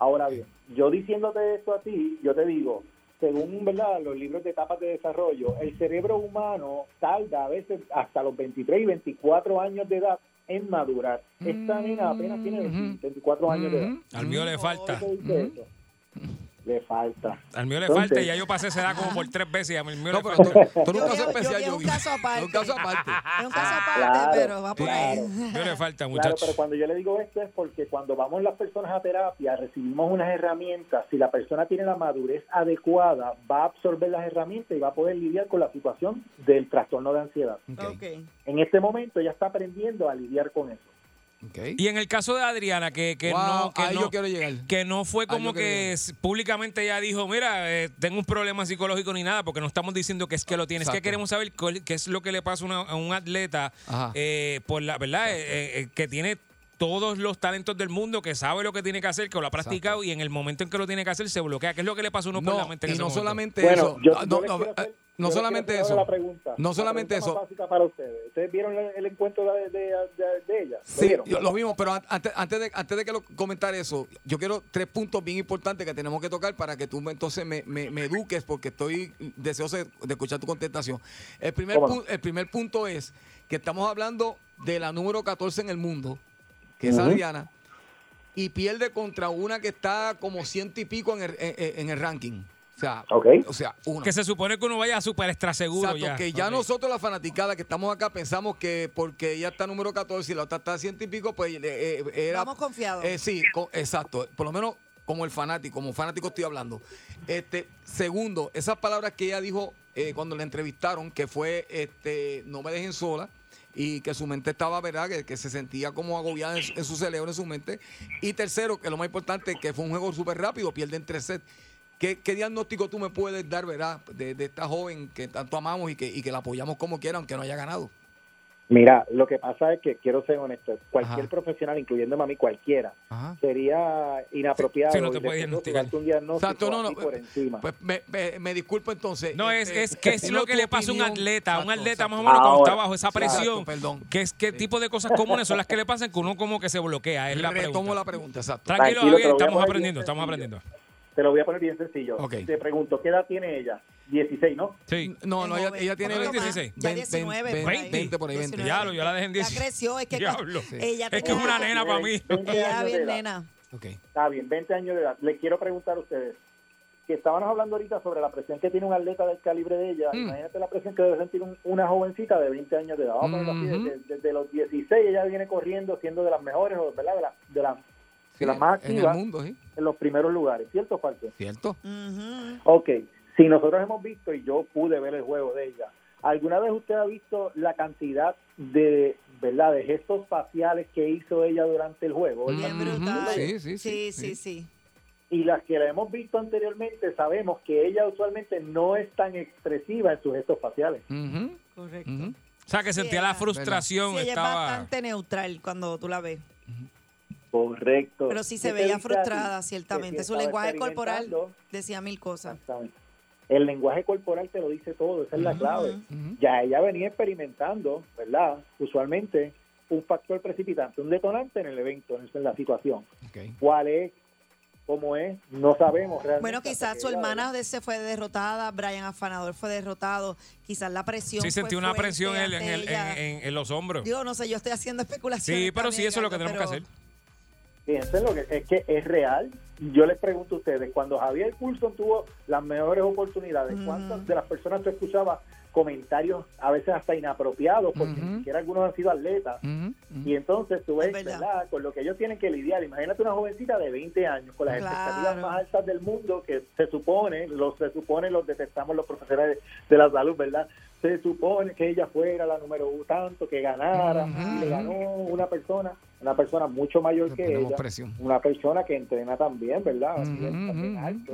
Ahora bien, yo diciéndote esto a ti, yo te digo, según ¿verdad? los libros de etapas de desarrollo, el cerebro humano tarda a veces hasta los 23 y 24 años de edad en madurar. Esta nena apenas tiene 24 años de edad.
Al mío le falta.
Mm. Oh, ¿Qué dice eso? Mm. Le falta.
Al mío le
Entonces-
falta y ya yo pasé esa edad como por tres veces y al mío le
pero
falta.
tú- tú eres un caso Yo- yo- especial, yo- es un Yogi.
caso aparte.
Es un caso aparte.
[laughs]
Es un caso
Claro, claro.
Mío le falta,
Claro,
muchachos.
pero cuando yo le digo esto es porque cuando vamos las personas a terapia recibimos unas herramientas. Si la persona tiene la madurez adecuada, va a absorber las herramientas y va a poder lidiar con la situación del trastorno de ansiedad. En este momento ella está aprendiendo a lidiar con eso.
Y en el caso de Adriana, que, que
Wow,
Ah,
no, que,
ahí
no
yo
que no fue como
yo quiero
que s- públicamente ella dijo, mira, eh, tengo un problema psicológico ni nada, porque no estamos diciendo que es que lo tiene. Es que
Exacto.
queremos saber cuál- qué es lo que le pasa a una- a un atleta,
Ajá.
eh, por la verdad, Eh, eh, que tiene todos los talentos del mundo, que sabe lo que tiene que hacer, que lo ha practicado y en el momento en que lo tiene que hacer se bloquea. ¿Qué es lo que le pasa a uno por la mente? en
y
ese
no
momento?
solamente
Bueno,
eso.
yo-
Ah, no,
yo les
no,
quiero
ah, no
hacer- yo les
solamente
quiero hacer
eso.
la pregunta,
no
la
solamente
pregunta
eso.
más básica para ustedes. ¿Ustedes vieron el, el encuentro de, de- de- de ella? ¿Lo
Sí,
vieron?
yo- lo vimos, pero an- antes, antes, de, antes de que lo comentar eso, yo quiero tres puntos bien importantes que tenemos que tocar para que tú me- entonces me, me- me eduques porque estoy deseoso de, de escuchar tu contestación. El primer,
¿Cómo no?
pu- el primer punto es que estamos hablando de la número 14 en el mundo, que es
Ujú.
Adriana, y pierde contra una que está como ciento y pico en el, en- en- en el ranking. O sea, Ah, o sea, uno.
Que se supone que uno vaya súper extra seguro
Exacto,
ya.
que ya
Ok.
nosotros la fanaticada que estamos acá pensamos que porque ella está número 14 y la otra está ciento y pico, pues eh, eh, era...
Vamos confiados.
Eh, sí, co- exacto. Por lo menos como el fanático, como fanático estoy hablando. Este, segundo, esas palabras que ella dijo eh, cuando la entrevistaron, que fue este, no me dejen sola, y que su mente estaba, ¿verdad? Que, que se sentía como agobiada en, su- en su cerebro, en su mente. Y tercero, que lo más importante, que fue un juego súper rápido, pierden tres sets. ¿Qué, qué diagnóstico tú me puedes dar, verdad, de, de esta joven que tanto amamos y que, y que la apoyamos como quiera, aunque no haya ganado?
Mira, lo que pasa es que quiero ser honesto. Cualquier profesional, incluyendo a mí, cualquiera, sería inapropiado.
Sí, sí, no te
y
puede
respetuoso
diagnosticar.
darte un diagnóstico
Exacto, no, no,
así por encima.
Pues me, me- me disculpo entonces.
No, es,
Este,
es que es
dime
lo que
tu
le pasa a un
opinión.
atleta, a un
Exacto,
atleta más o
exacto.
menos cuando está
Ahora,
bajo esa
exacto,
presión.
perdón.
¿Qué, es, ¿Qué tipo de cosas comunes son las que le pasan que uno como que se bloquea? Es la
Retomo
pregunta.
la pregunta, exacto.
Tranquilo,
Tranquilo,
Javier,
te lo voy a
estamos
poner
aprendiendo,
bien
estamos
sencillo.
aprendiendo.
Te lo voy a poner bien sencillo.
Ok.
Te pregunto, ¿qué edad tiene ella? 16, ¿no?
Sí.
No, no, ella, ella tiene
Poquito
20,
más.
Ya
19,
19, por ahí.
20 por ahí, 20.
Diablo, yo la dejé en
Ya
10.
creció, es que
Diablo.
ella
Es que es una nena para mí.
20
ella
años de
bien
edad.
nena.
Está bien, 20 años de edad. Les quiero preguntar a ustedes, que estábamos hablando ahorita sobre la presión que tiene un atleta del calibre de
Mm.
ella, imagínate la presión que debe sentir un- una jovencita de 20 años de edad. Vamos a ponerlo así,
Ujú.
desde, desde los 16 ella viene corriendo siendo de las mejores, o, ¿verdad? De, la- de, la- de las más
en el
activas
mundo, ¿sí?
en los primeros lugares, ¿cierto o falso?
¿Cierto?
Ok, si nosotros hemos visto, y yo pude ver el juego de ella, ¿alguna vez usted ha visto la cantidad de, ¿verdad? de gestos faciales que hizo ella durante el juego?
Mm, Sí, sí, sí. sí,
y las que la hemos visto anteriormente sabemos que ella usualmente no es tan expresiva en sus gestos faciales.
Mm. Correcto.
O sea, que sentía la
Sí,
frustración,
ella es
estaba...
bastante neutral cuando tú la ves.
Correcto.
Pero sí se
¿Qué te
veía
dice a ti?
frustrada,
Que
ciertamente.
si
Su
estaba
lenguaje corporal
experimentando,
decía mil cosas.
El lenguaje corporal te lo dice todo, esa es
Ah,
la clave. Ya ella venía experimentando, ¿verdad? Usualmente un factor precipitante, un detonante en el evento, en en la situación. ¿Cuál es? ¿Cómo es? No sabemos realmente.
Bueno,
hasta
quizás
que
su
ella-
hermana de- se fue derrotada, Brian Afanador fue derrotado, quizás la presión.
Sí,
fue
sentí una
fuerte
presión en, el- en
ante
el-
ella.
en- en- en los hombros.
Digo, no sé, yo estoy haciendo [laughs] especulación.
Sí, pero sí, eso es lo que tenemos que hacer.
Piensen lo que es que es real. Yo les pregunto a ustedes, cuando Javier Coulson tuvo las mejores oportunidades, ¿cuántas de las personas tú escuchabas comentarios a veces hasta inapropiados, porque ni siquiera algunos han sido atletas. Y entonces tú ves, ¿verdad? Con lo que ellos tienen que lidiar. Imagínate una jovencita de 20 años, con las
Claro.
expectativas más altas del mundo, que se supone, los, se supone, los detectamos los profesionales de la salud, ¿verdad? Se supone que ella fuera la número uno tanto, que ganara,
Ujú.
y le ganó una persona, una persona mucho mayor que
Tenemos
ella,
presión.
una persona que entrena también, ¿verdad? A nivel también alto.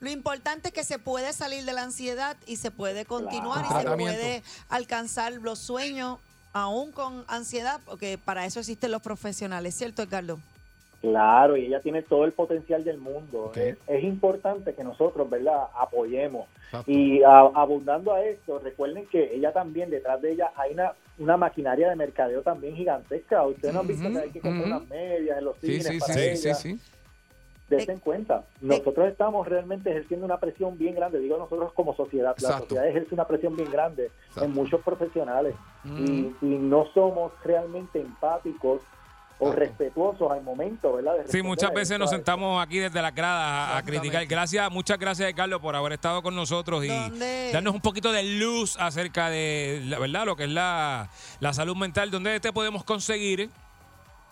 Lo importante es que se puede salir de la ansiedad y se puede continuar
Claro.
y se
Tratamiento.
puede alcanzar los sueños aún con ansiedad, porque para eso existen los profesionales, ¿cierto, Edgardo?
Claro, y ella tiene todo el potencial del mundo. Es, es importante que nosotros, ¿verdad?, apoyemos.
Exacto.
Y a- abundando a esto, recuerden que ella también, detrás de ella, hay una, una maquinaria de mercadeo también gigantesca. Ustedes no han visto que hay que comprar unas medias en los
Sí,
cines
sí,
para
sí, sí, sí,
ella.
sí.
Dese en cuenta, nosotros estamos realmente ejerciendo una presión bien grande, digo nosotros como sociedad, la
Exacto.
sociedad ejerce una presión bien grande en muchos profesionales
Mm.
y, y no somos realmente empáticos o respetuosos al momento, ¿verdad? de
Sí,
responder
muchas
a
veces
eso,
nos
a-
sentamos aquí desde las gradas a- a, criticar. Gracias, muchas gracias, Carlos, por haber estado con nosotros y darnos un poquito de luz acerca de, la verdad, lo que es la, la salud mental. ¿Dónde te podemos conseguir?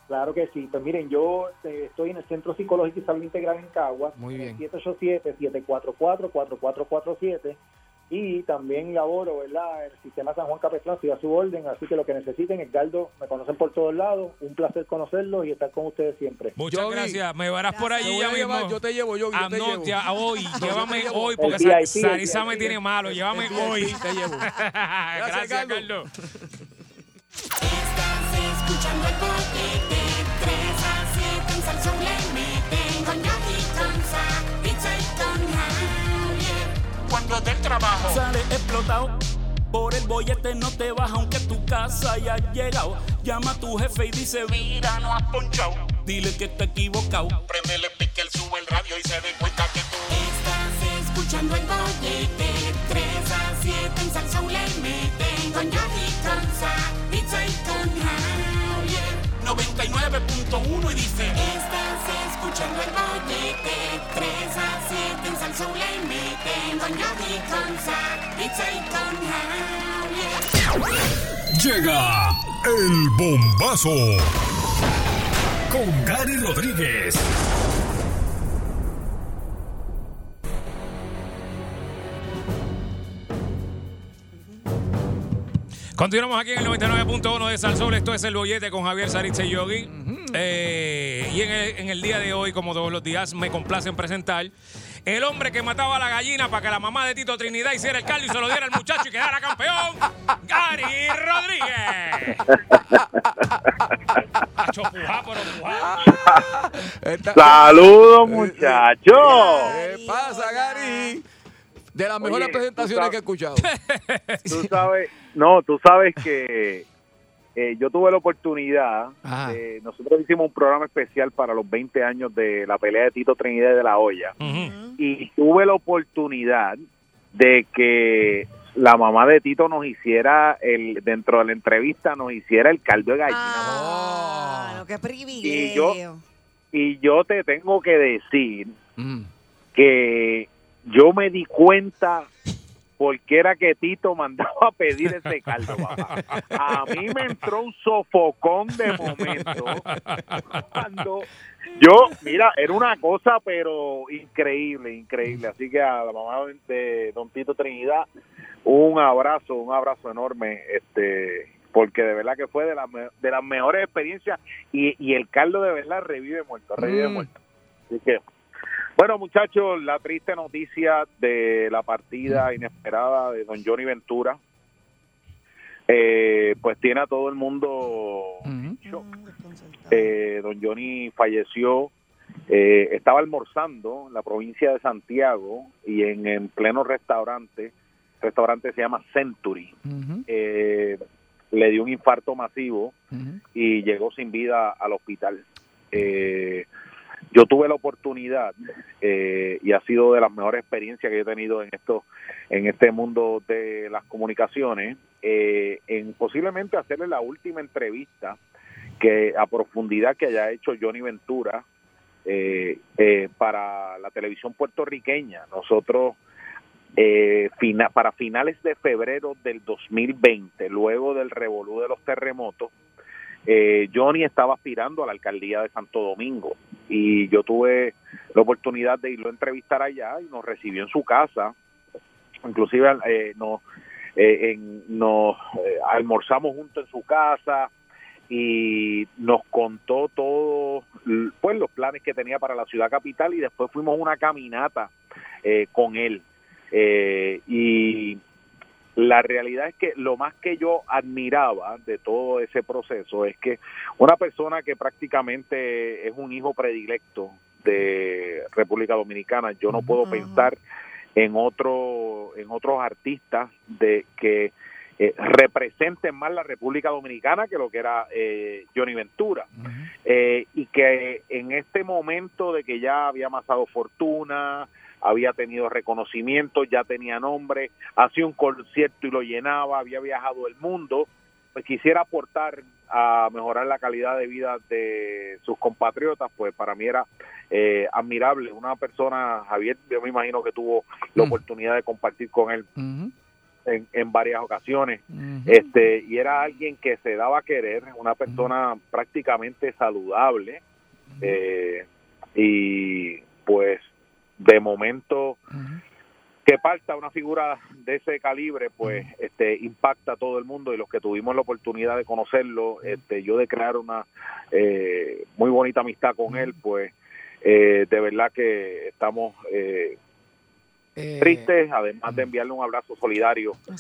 Claro que sí. Pues miren, yo eh, estoy en el Centro Psicológico y Salud Integral en Caguas.
Muy
en el
bien.
787-744-4447. Y también laboro, ¿verdad? El Sistema San Juan Capetlán, estoy a su orden. Así que lo que necesiten, Edgardo, me conocen por todos lados. Un placer conocerlos y estar con ustedes siempre.
Muchas gracias. Me verás por
Te
allí
voy
ya
a llevar,
mismo.
yo te llevo, Yogi, yo te
Anote
llevo.
a hoy,
No, [laughs] yo te
llévame
llevo.
hoy,
El
porque
VIP,
Sa-
el
Sarisa me
VIP.
tiene malo. Llévame
El VIP,
hoy.
te
[laughs]
llevo.
Gracias,
Carlos.
Carlos.
Escuchando el boquete, 3 a 7 en Salsón le meten con Yogi, con Sa, y Chay, con Javier. Cuando del trabajo sale explotado, por el bollete no te baja aunque tu casa haya llegado. Llama a tu jefe y dice, mira, no has ponchado. Dile que está equivocado. Prendele pique, él sube el radio y se dé cuenta que tú estás escuchando el bollete. 3 a 7 en Salsón le meten con Yogi, con Sa, y Chay, con Javier. 99.1 y dice Estás escuchando el bollete 3 a 7 en Salsón le meten Con Yogi, con Sa, pizza y con Javier
Llega el bombazo con Gary Rodríguez.
Continuamos aquí en el 99.1 de Salsol. Esto es El Bollete con Javier Saritza y Yogi. Eh, y en el, en el día de hoy, como todos los días, me complacen presentar el hombre que mataba a la gallina para que la mamá de Tito Trinidad hiciera el caldo y se lo diera al muchacho y quedara campeón, Gary Rodríguez. Hacho, pujá, pero pujá.
Saludos,
muchachos.
¿Qué pasa, Gary? De las mejores
Oye,
presentaciones que
[laughs]
he escuchado.
tú sabes, no, tú sabes que eh, yo tuve la oportunidad,
Ajá.
de- nosotros hicimos un programa especial para los 20 años de la pelea de Tito Trinidad y de la olla, y tuve la oportunidad de que la mamá de Tito nos hiciera, el dentro de la entrevista, nos hiciera el caldo de gallina.
Claro, Ah, qué
Y yo-
privilegio.
Y yo te tengo que decir que yo me di cuenta porque era que Tito mandaba a pedir ese caldo. papá. A mí me entró un sofocón de momento. Cuando yo, mira, era una cosa, pero increíble, increíble. Así que a la mamá de Don Tito Trinidad, un abrazo, un abrazo enorme, este, porque de verdad que fue de, las me- de las mejores experiencias y, y el caldo de verdad revive muerto, revive muerto. Así que, bueno muchachos, la triste noticia de la partida inesperada de Don Johnny Ventura, eh, pues tiene a todo el mundo en shock. Eh, don Johnny falleció, eh, estaba almorzando en la provincia de Santiago y en, en pleno restaurante, restaurante se llama Century, eh, le dio un infarto masivo y llegó sin vida al hospital. Eh, yo tuve la oportunidad eh, y ha sido de las mejores experiencias que yo he tenido en esto, en este mundo de las comunicaciones, eh, en posiblemente hacerle la última entrevista que a profundidad que haya hecho Johnny Ventura eh, eh, para la televisión puertorriqueña. Nosotros eh, fina- para finales de febrero del 2020, luego del revolú de los terremotos, eh, Johnny estaba aspirando a la alcaldía de Santo Domingo y yo tuve la oportunidad de irlo a entrevistar allá y nos recibió en su casa, inclusive eh, nos, eh, en- nos eh, almorzamos juntos en su casa y nos contó todos pues, los planes que tenía para la ciudad capital y después fuimos a una caminata eh, con él. Eh, y la realidad es que lo más que yo admiraba de todo ese proceso es que una persona que prácticamente es un hijo predilecto de República Dominicana, yo no puedo pensar en otro en otros artistas de que eh, representen más la República Dominicana que lo que era eh, Johnny Ventura Eh, y que en este momento de que ya había amasado fortuna había tenido reconocimiento ya tenía nombre hacía un concierto y lo llenaba había viajado el mundo pues quisiera aportar a mejorar la calidad de vida de sus compatriotas pues para mí era eh, admirable una persona Javier yo me imagino que tuvo
Mm.
la oportunidad de compartir con él en, en varias ocasiones. Este, y era alguien que se daba a querer, una persona prácticamente saludable. eh, y pues de momento que parta una figura de ese calibre, pues este impacta a todo el mundo y los que tuvimos la oportunidad de conocerlo, este, yo de crear una eh, muy bonita amistad con él, pues eh, de verdad que estamos eh, tristes, además de enviarle un abrazo solidario a,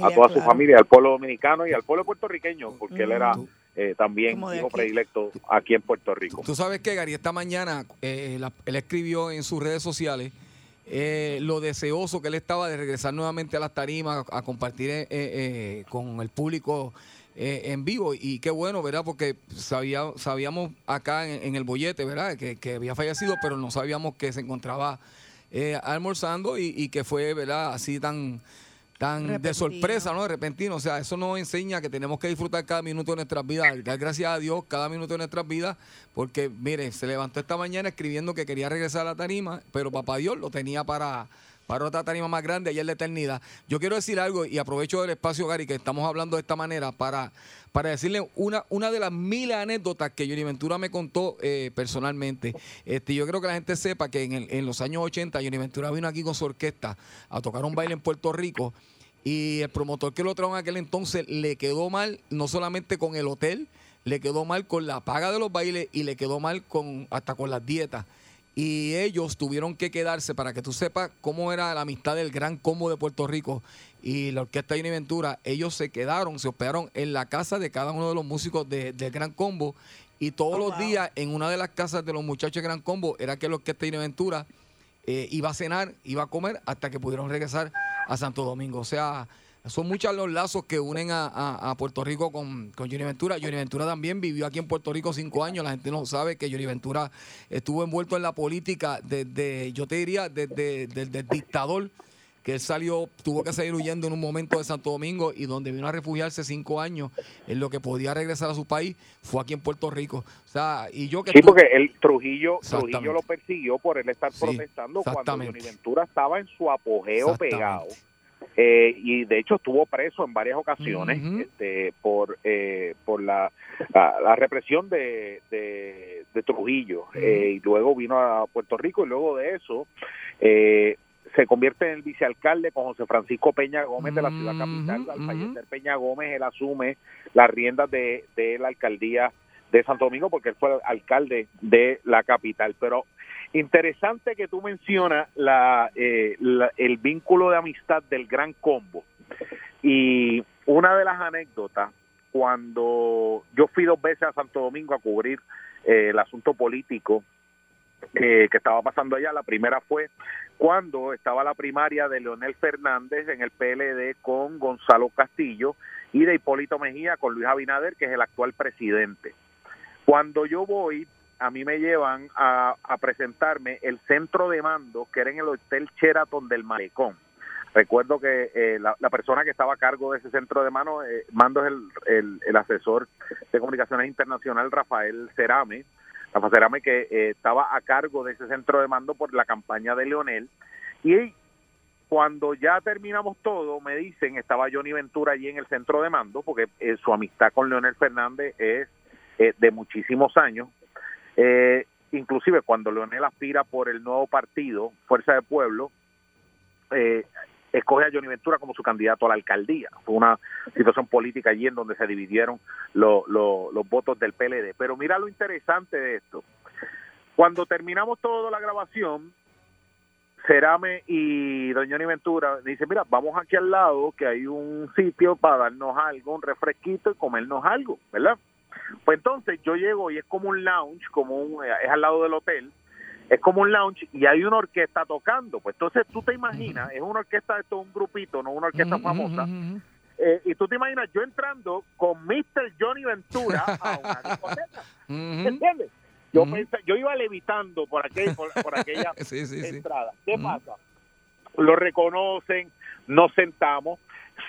familia,
a toda su
claro.
familia, al pueblo dominicano y al pueblo puertorriqueño, porque él era eh, también
Como de
hijo
aquí.
predilecto aquí en Puerto Rico.
Tú sabes que Gary esta mañana eh, la- él escribió en sus redes sociales eh, lo deseoso que él estaba de regresar nuevamente a las tarimas a, a compartir eh, eh, con el público eh, en vivo y qué bueno, ¿verdad? Porque sabía, sabíamos acá en, en el bollete, ¿verdad? Que, que había fallecido, pero no sabíamos que se encontraba eh, almorzando y, y que fue, ¿verdad? Así tan tan de
Repentino.
sorpresa, ¿no? De repentino. O sea, eso nos enseña que tenemos que disfrutar cada minuto de nuestras vidas, dar gracias a Dios cada minuto de nuestras vidas, porque, mire, se levantó esta mañana escribiendo que quería regresar a la tarima, pero papá Dios lo tenía para, para otra tarima más grande, allá en la eternidad. Yo quiero decir algo, y aprovecho del espacio, Gary, que estamos hablando de esta manera, para, para decirle una, una de las mil anécdotas que Johnny Ventura me contó eh, personalmente. Este, yo creo que la gente sepa que en, el- en los años 80, Johnny Ventura vino aquí con su orquesta a tocar un baile en Puerto Rico. Y el promotor que lo trajo en aquel entonces le quedó mal, no solamente con el hotel, le quedó mal con la paga de los bailes y le quedó mal con hasta con las dietas. Y ellos tuvieron que quedarse para que tú sepas cómo era la amistad del gran combo de Puerto Rico y la orquesta Johnny Ventura. Ellos se quedaron, se hospedaron en la casa de cada uno de los músicos de- del gran combo. Y todos los días en una de las casas de los muchachos de gran combo era que la orquesta Johnny Ventura eh, iba a cenar, iba a comer hasta que pudieron regresar a Santo Domingo. O sea, son muchos los lazos que unen a, a- a Puerto Rico con, con Johnny Ventura. Johnny Ventura también vivió aquí en Puerto Rico cinco años. La gente no sabe que Johnny Ventura estuvo envuelto en la política desde, yo te diría, desde, desde el dictador que él salió, tuvo que salir huyendo en un momento de Santo Domingo y donde vino a refugiarse cinco años en lo que podía regresar a su país fue aquí en Puerto Rico. O sea, y yo que
Sí,
estuve-
porque el Trujillo,
Exactamente.
Trujillo lo persiguió por él estar protestando cuando
exactamente.
Johnny Ventura estaba en su apogeo
Exactamente.
pegado. Eh, y de hecho estuvo preso en varias ocasiones
Ujú.
este, por eh, por la, la, la represión de, de, de Trujillo. Eh, y luego vino a Puerto Rico y luego de eso eh, se convierte en el vicealcalde con José Francisco Peña Gómez de la ciudad capital. Al fallecer Peña Gómez, él asume las riendas de, de la alcaldía de Santo Domingo porque él fue alcalde de la capital. Pero interesante que tú mencionas la, eh, la- el vínculo de amistad del gran combo. Y una de las anécdotas, cuando yo fui dos veces a Santo Domingo a cubrir eh, el asunto político eh, que estaba pasando allá, la primera fue cuando estaba la primaria de Leonel Fernández en el PLD con Gonzalo Castillo y de Hipólito Mejía con Luis Abinader, que es el actual presidente. Cuando yo voy, a mí me llevan a, a presentarme el centro de mando que era en el Hotel Sheraton del Malecón. Recuerdo que eh, la, la persona que estaba a cargo de ese centro de mano, eh, mando es el, el- el asesor de comunicaciones internacional Rafael Cerame, Rafael Cerame que eh, estaba a cargo de ese centro de mando por la campaña de Leonel. Y Cuando ya terminamos todo, me dicen, estaba Johnny Ventura allí en el centro de mando, porque eh, su amistad con Leonel Fernández es eh, de muchísimos años. Eh, inclusive cuando Leonel aspira por el nuevo partido, Fuerza del Pueblo, eh, escoge a Johnny Ventura como su candidato a la alcaldía. Fue una situación política allí en donde se dividieron lo- lo- los votos del PLD. Pero mira lo interesante de esto. Cuando terminamos toda la grabación, Cerame y Don Johnny Ventura dicen, mira, vamos aquí al lado que hay un sitio para darnos algo, un refresquito y comernos algo, ¿verdad? Pues entonces yo llego y es como un lounge, como un, es al lado del hotel, es como un lounge y hay una orquesta tocando. Pues entonces tú te imaginas, es una orquesta, esto es un grupito, no una orquesta famosa. Eh, y tú te imaginas yo entrando con Mr. Johnny Ventura a una discoteca. ¿Entiendes? Yo, pensé- yo iba levitando por, aquel, por, por aquella
[laughs] Sí, sí, sí.
entrada. ¿Qué pasa? Lo reconocen, nos sentamos.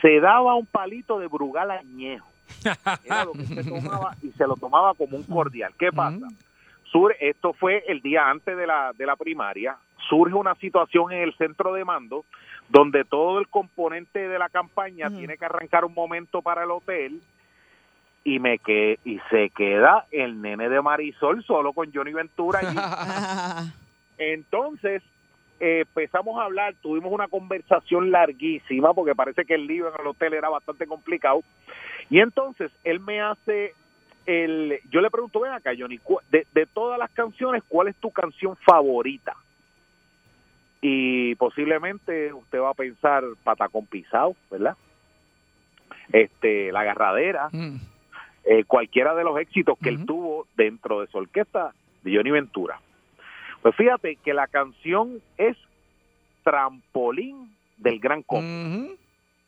Se daba un palito de brugal añejo. Era lo que se
[laughs]
tomaba y se lo tomaba como un cordial. ¿Qué pasa? Sur, esto fue el día antes de la, de la primaria. Surge una situación en el centro de mando donde todo el componente de la campaña tiene que arrancar un momento para el hotel y me que y se queda el nene de Marisol solo con Johnny Ventura allí. Entonces eh, empezamos a hablar, tuvimos una conversación larguísima porque parece que el lío en el hotel era bastante complicado. Y entonces él me hace el yo le pregunto, "Ven acá, Johnny, ¿cu- de, de todas las canciones, ¿cuál es tu canción favorita?" Y posiblemente usted va a pensar Patacón Pisado, ¿verdad? Este, La Agarradera, eh, cualquiera de los éxitos que él tuvo dentro de su orquesta de Johnny Ventura. Pues fíjate que la canción es Trampolín del Gran Combo.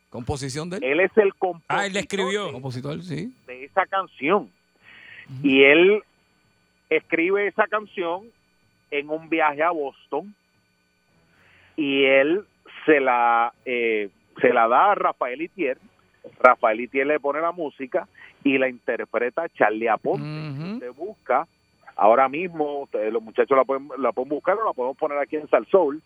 Composición de él.
Él es el compositor.
Compositor, sí.
de esa canción. Y él escribe esa canción en un viaje a Boston y él se la eh, se la da a Rafael Itier. Rafael Itier le pone la música y la interpreta Charlie Aponte. Se busca ahora mismo, ustedes, los muchachos la pueden, la pueden buscar o la podemos poner aquí en Salsol.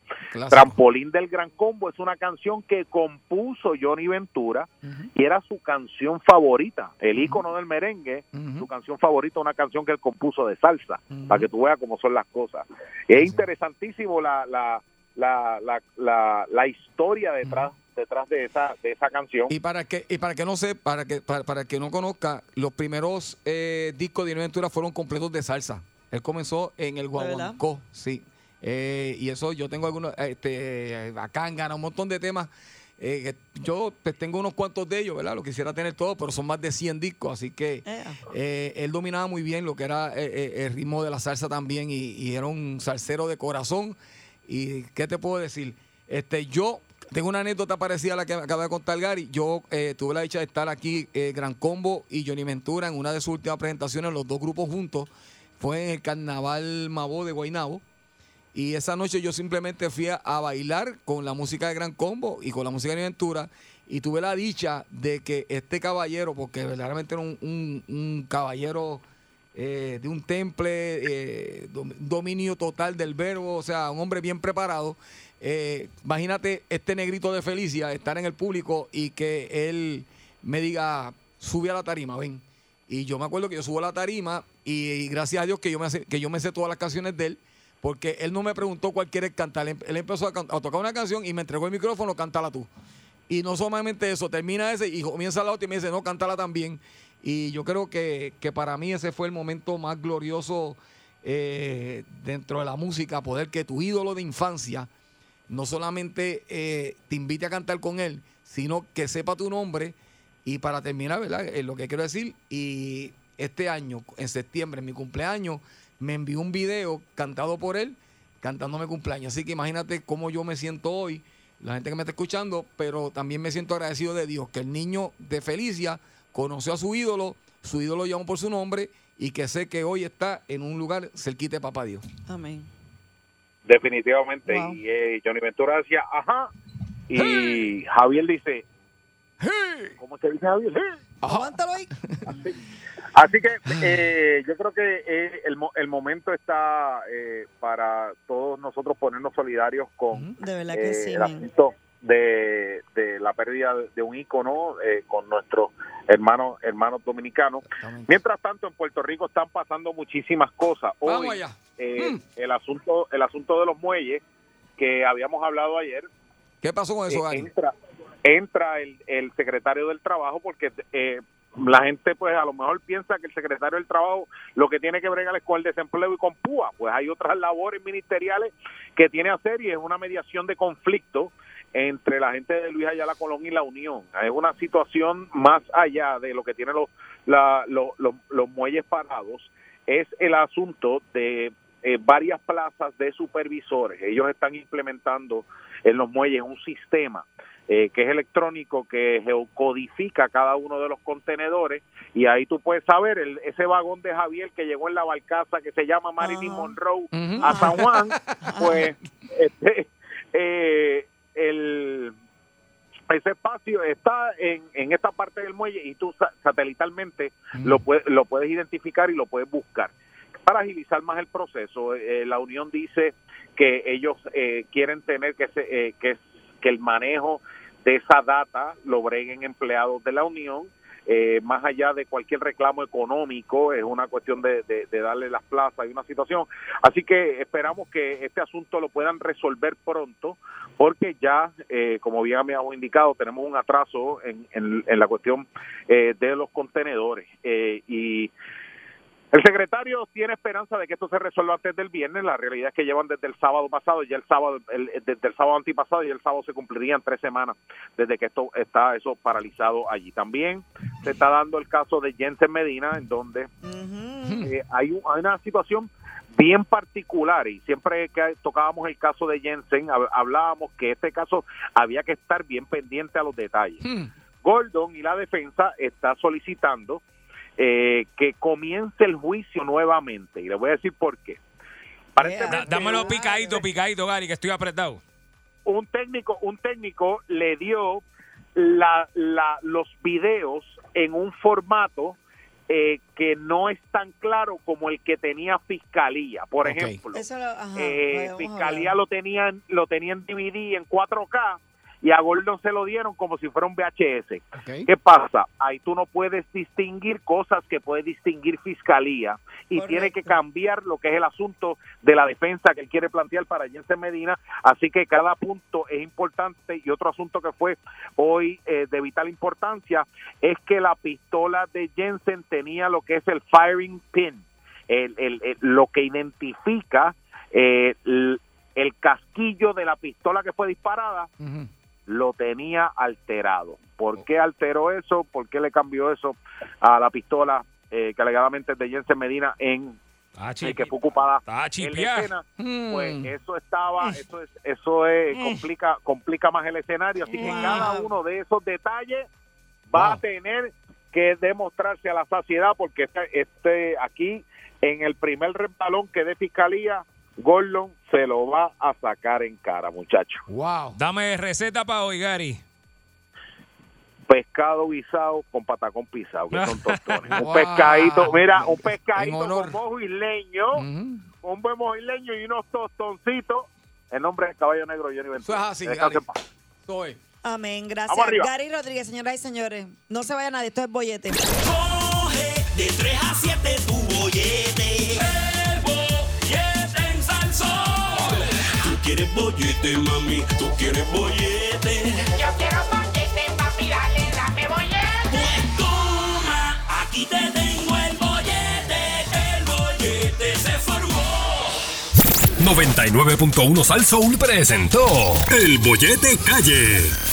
Trampolín del Gran Combo es una canción que compuso Johnny Ventura y era su canción favorita, el ícono del merengue, su canción favorita, una canción que él compuso de salsa, para que tú veas cómo son las cosas. Es interesantísimo la, la, la, la, la, la historia detrás detrás de esa de esa canción.
Y para que y para que no sé, para que para, para que no conozca, los primeros eh, discos de Johnny Ventura fueron completos de salsa. Él comenzó en el guaguancó, sí. Eh, y eso yo tengo algunos este bacángana, un montón de temas eh, que yo pues, tengo unos cuantos de ellos, ¿verdad? Lo quisiera tener todo, pero son más de 100 discos, así que eh, él dominaba muy bien lo que era eh, eh, el ritmo de la salsa también y, y era un salsero de corazón. ¿Y qué te puedo decir? Este, yo tengo una anécdota parecida a la que acaba de contar Gary. Yo eh, tuve la dicha de estar aquí, eh, Gran Combo y Johnny Ventura, en una de sus últimas presentaciones, los dos grupos juntos. Fue en el Carnaval Mabó de Guaynabo. Y esa noche yo simplemente fui a, a bailar con la música de Gran Combo y con la música de Johnny Ventura. Y tuve la dicha de que este caballero, porque verdaderamente era un, un- un caballero eh, de un temple, eh, dom- dominio total del verbo, o sea, un hombre bien preparado. Eh, imagínate este negrito de Felicia estar en el público y que él me diga, sube a la tarima, ven. Y yo me acuerdo que yo subo a la tarima y, y gracias a Dios que yo, me hace- que yo me sé todas las canciones de él, porque él no me preguntó cuál quiere cantar. Él, él empezó a, can- a tocar una canción y me entregó el micrófono, cántala tú. Y no solamente eso, termina ese y comienza la otra y me dice, no, cántala también. Y yo creo que, que para mí ese fue el momento más glorioso eh, dentro de la música, poder que tu ídolo de infancia no solamente eh, te invite a cantar con él, sino que sepa tu nombre. Y para terminar, ¿verdad? Eh, lo que quiero decir, y este año, en septiembre, en mi cumpleaños, me envió un video cantado por él, cantándome cumpleaños. Así que imagínate cómo yo me siento hoy, la gente que me está escuchando, pero también me siento agradecido de Dios, que el niño de Felicia conoció a su ídolo, su ídolo llamó por su nombre y que sé que hoy está en un lugar cerquita de Papá Dios.
Amén.
Definitivamente.
Wow.
Y eh, Johnny Ventura decía, ajá. Y Javier dice, ¿cómo se dice Javier?
Aguántalo ahí.
Así que eh, yo creo que eh, el, mo- el momento está eh, para todos nosotros ponernos solidarios con
De verdad
eh,
que sí,
el
men.
asunto de, de la pérdida de un ícono eh, con nuestros hermanos hermanos dominicanos. Mientras tanto, en Puerto Rico están pasando muchísimas cosas. Hoy,
Vamos allá. Mm.
eh, el asunto el asunto de los muelles que habíamos hablado ayer.
¿Qué pasó con eso,
eh,
Gary?
entra entra el, el secretario del trabajo porque eh, la gente pues a lo mejor piensa que el secretario del trabajo lo que tiene que bregar es con el desempleo y con púa pues hay otras labores ministeriales que tiene que hacer y es una mediación de conflicto entre la gente de Luis Ayala Colón y la Unión es una situación más allá de lo que tienen los la- lo- lo- los muelles parados es el asunto de eh, varias plazas de supervisores. Ellos están implementando en los muelles un sistema eh, que es electrónico que geocodifica cada uno de los contenedores y ahí tú puedes saber el- ese vagón de Javier que llegó en la barcaza que se llama Marilyn Monroe a San Juan, pues este, eh, el ese espacio está en, en esta parte del muelle y tú sa- satelitalmente
Mm.
lo, puedes, lo puedes identificar y lo puedes buscar. Para agilizar más el proceso, eh, la Unión dice que ellos eh, quieren tener que, se- eh, que, que el manejo de esa data lo breguen empleados de la Unión, eh, más allá de cualquier reclamo económico, es una cuestión de, de- de darle las plazas y una situación. Así que esperamos que este asunto lo puedan resolver pronto, porque ya, eh, como bien habíamos indicado, tenemos un atraso en, en- en la cuestión eh, de los contenedores. eh, y el secretario tiene esperanza de que esto se resuelva antes del viernes. La realidad es que llevan desde el sábado pasado, ya el sábado, el- desde el sábado antipasado, y el sábado se cumplirían tres semanas desde que esto está eso paralizado allí. También se está dando el caso de Jensen Medina, en donde eh, hay, un- hay una situación bien particular y siempre que tocábamos el caso de Jensen hab- hablábamos que este caso había que estar bien pendiente a los detalles. Gordon y la defensa está solicitando eh, que comience el juicio nuevamente y le voy a decir por qué.
Da- dámelo picadito, picadito, Gary, que estoy apretado.
un técnico un técnico le dio la, la- los videos en un formato eh, que no es tan claro como el que tenía fiscalía por
Ok.
ejemplo
Eso lo- ajá,
Eh,
lo habíamos
fiscalía
hablado.
lo tenían lo tenían DVD en 4K y a Gordon se lo dieron como si fuera un VHS ¿Qué pasa? Ahí tú no puedes distinguir cosas que puede distinguir fiscalía y tiene que cambiar lo que es el asunto de la defensa que él quiere plantear para Jensen Medina. Así que cada punto es importante. Y otro asunto que fue hoy eh, de vital importancia es que la pistola de Jensen tenía lo que es el firing pin, el- el- el- lo que identifica eh, el- el casquillo de la pistola que fue disparada lo tenía alterado. ¿Por qué alteró eso? ¿Por qué le cambió eso a la pistola eh, que alegadamente es de Jensen Medina en eh, que fue ocupada en la
chipear.
escena?
Mm.
Pues eso estaba,
Eh.
eso es, eso es, complica, complica más el escenario. Así que cada uno de esos detalles va a tener que demostrarse a la saciedad porque este, este aquí en el primer rebalón que dé fiscalía, Gordon se lo va a sacar en cara, muchachos.
Wow.
Dame receta para hoy, Gary.
pescado guisado con patacón pisado, que
[laughs]
son tostones. un pescadito, mira, un pescadito con mojo isleño, un buen mojo isleño y unos tostoncitos. El nombre del caballo negro Johnny Ventura.
es así,
Que descanse
Gary.
en paz.
Amén, gracias.
Vamos arriba.
Gary Rodríguez, señoras y señores. No se vaya nadie, esto es bollete.
De 3 a 7 tu bollete. El bollete en Salsón. Tú quieres bollete, mami. Tú quieres bollete.
Yo quiero bollete, papi, dale, dame bollete.
Pues toma, aquí te tengo el bollete. El bollete se formó.
99.1 Sal Soul presentó El Bollete Calle.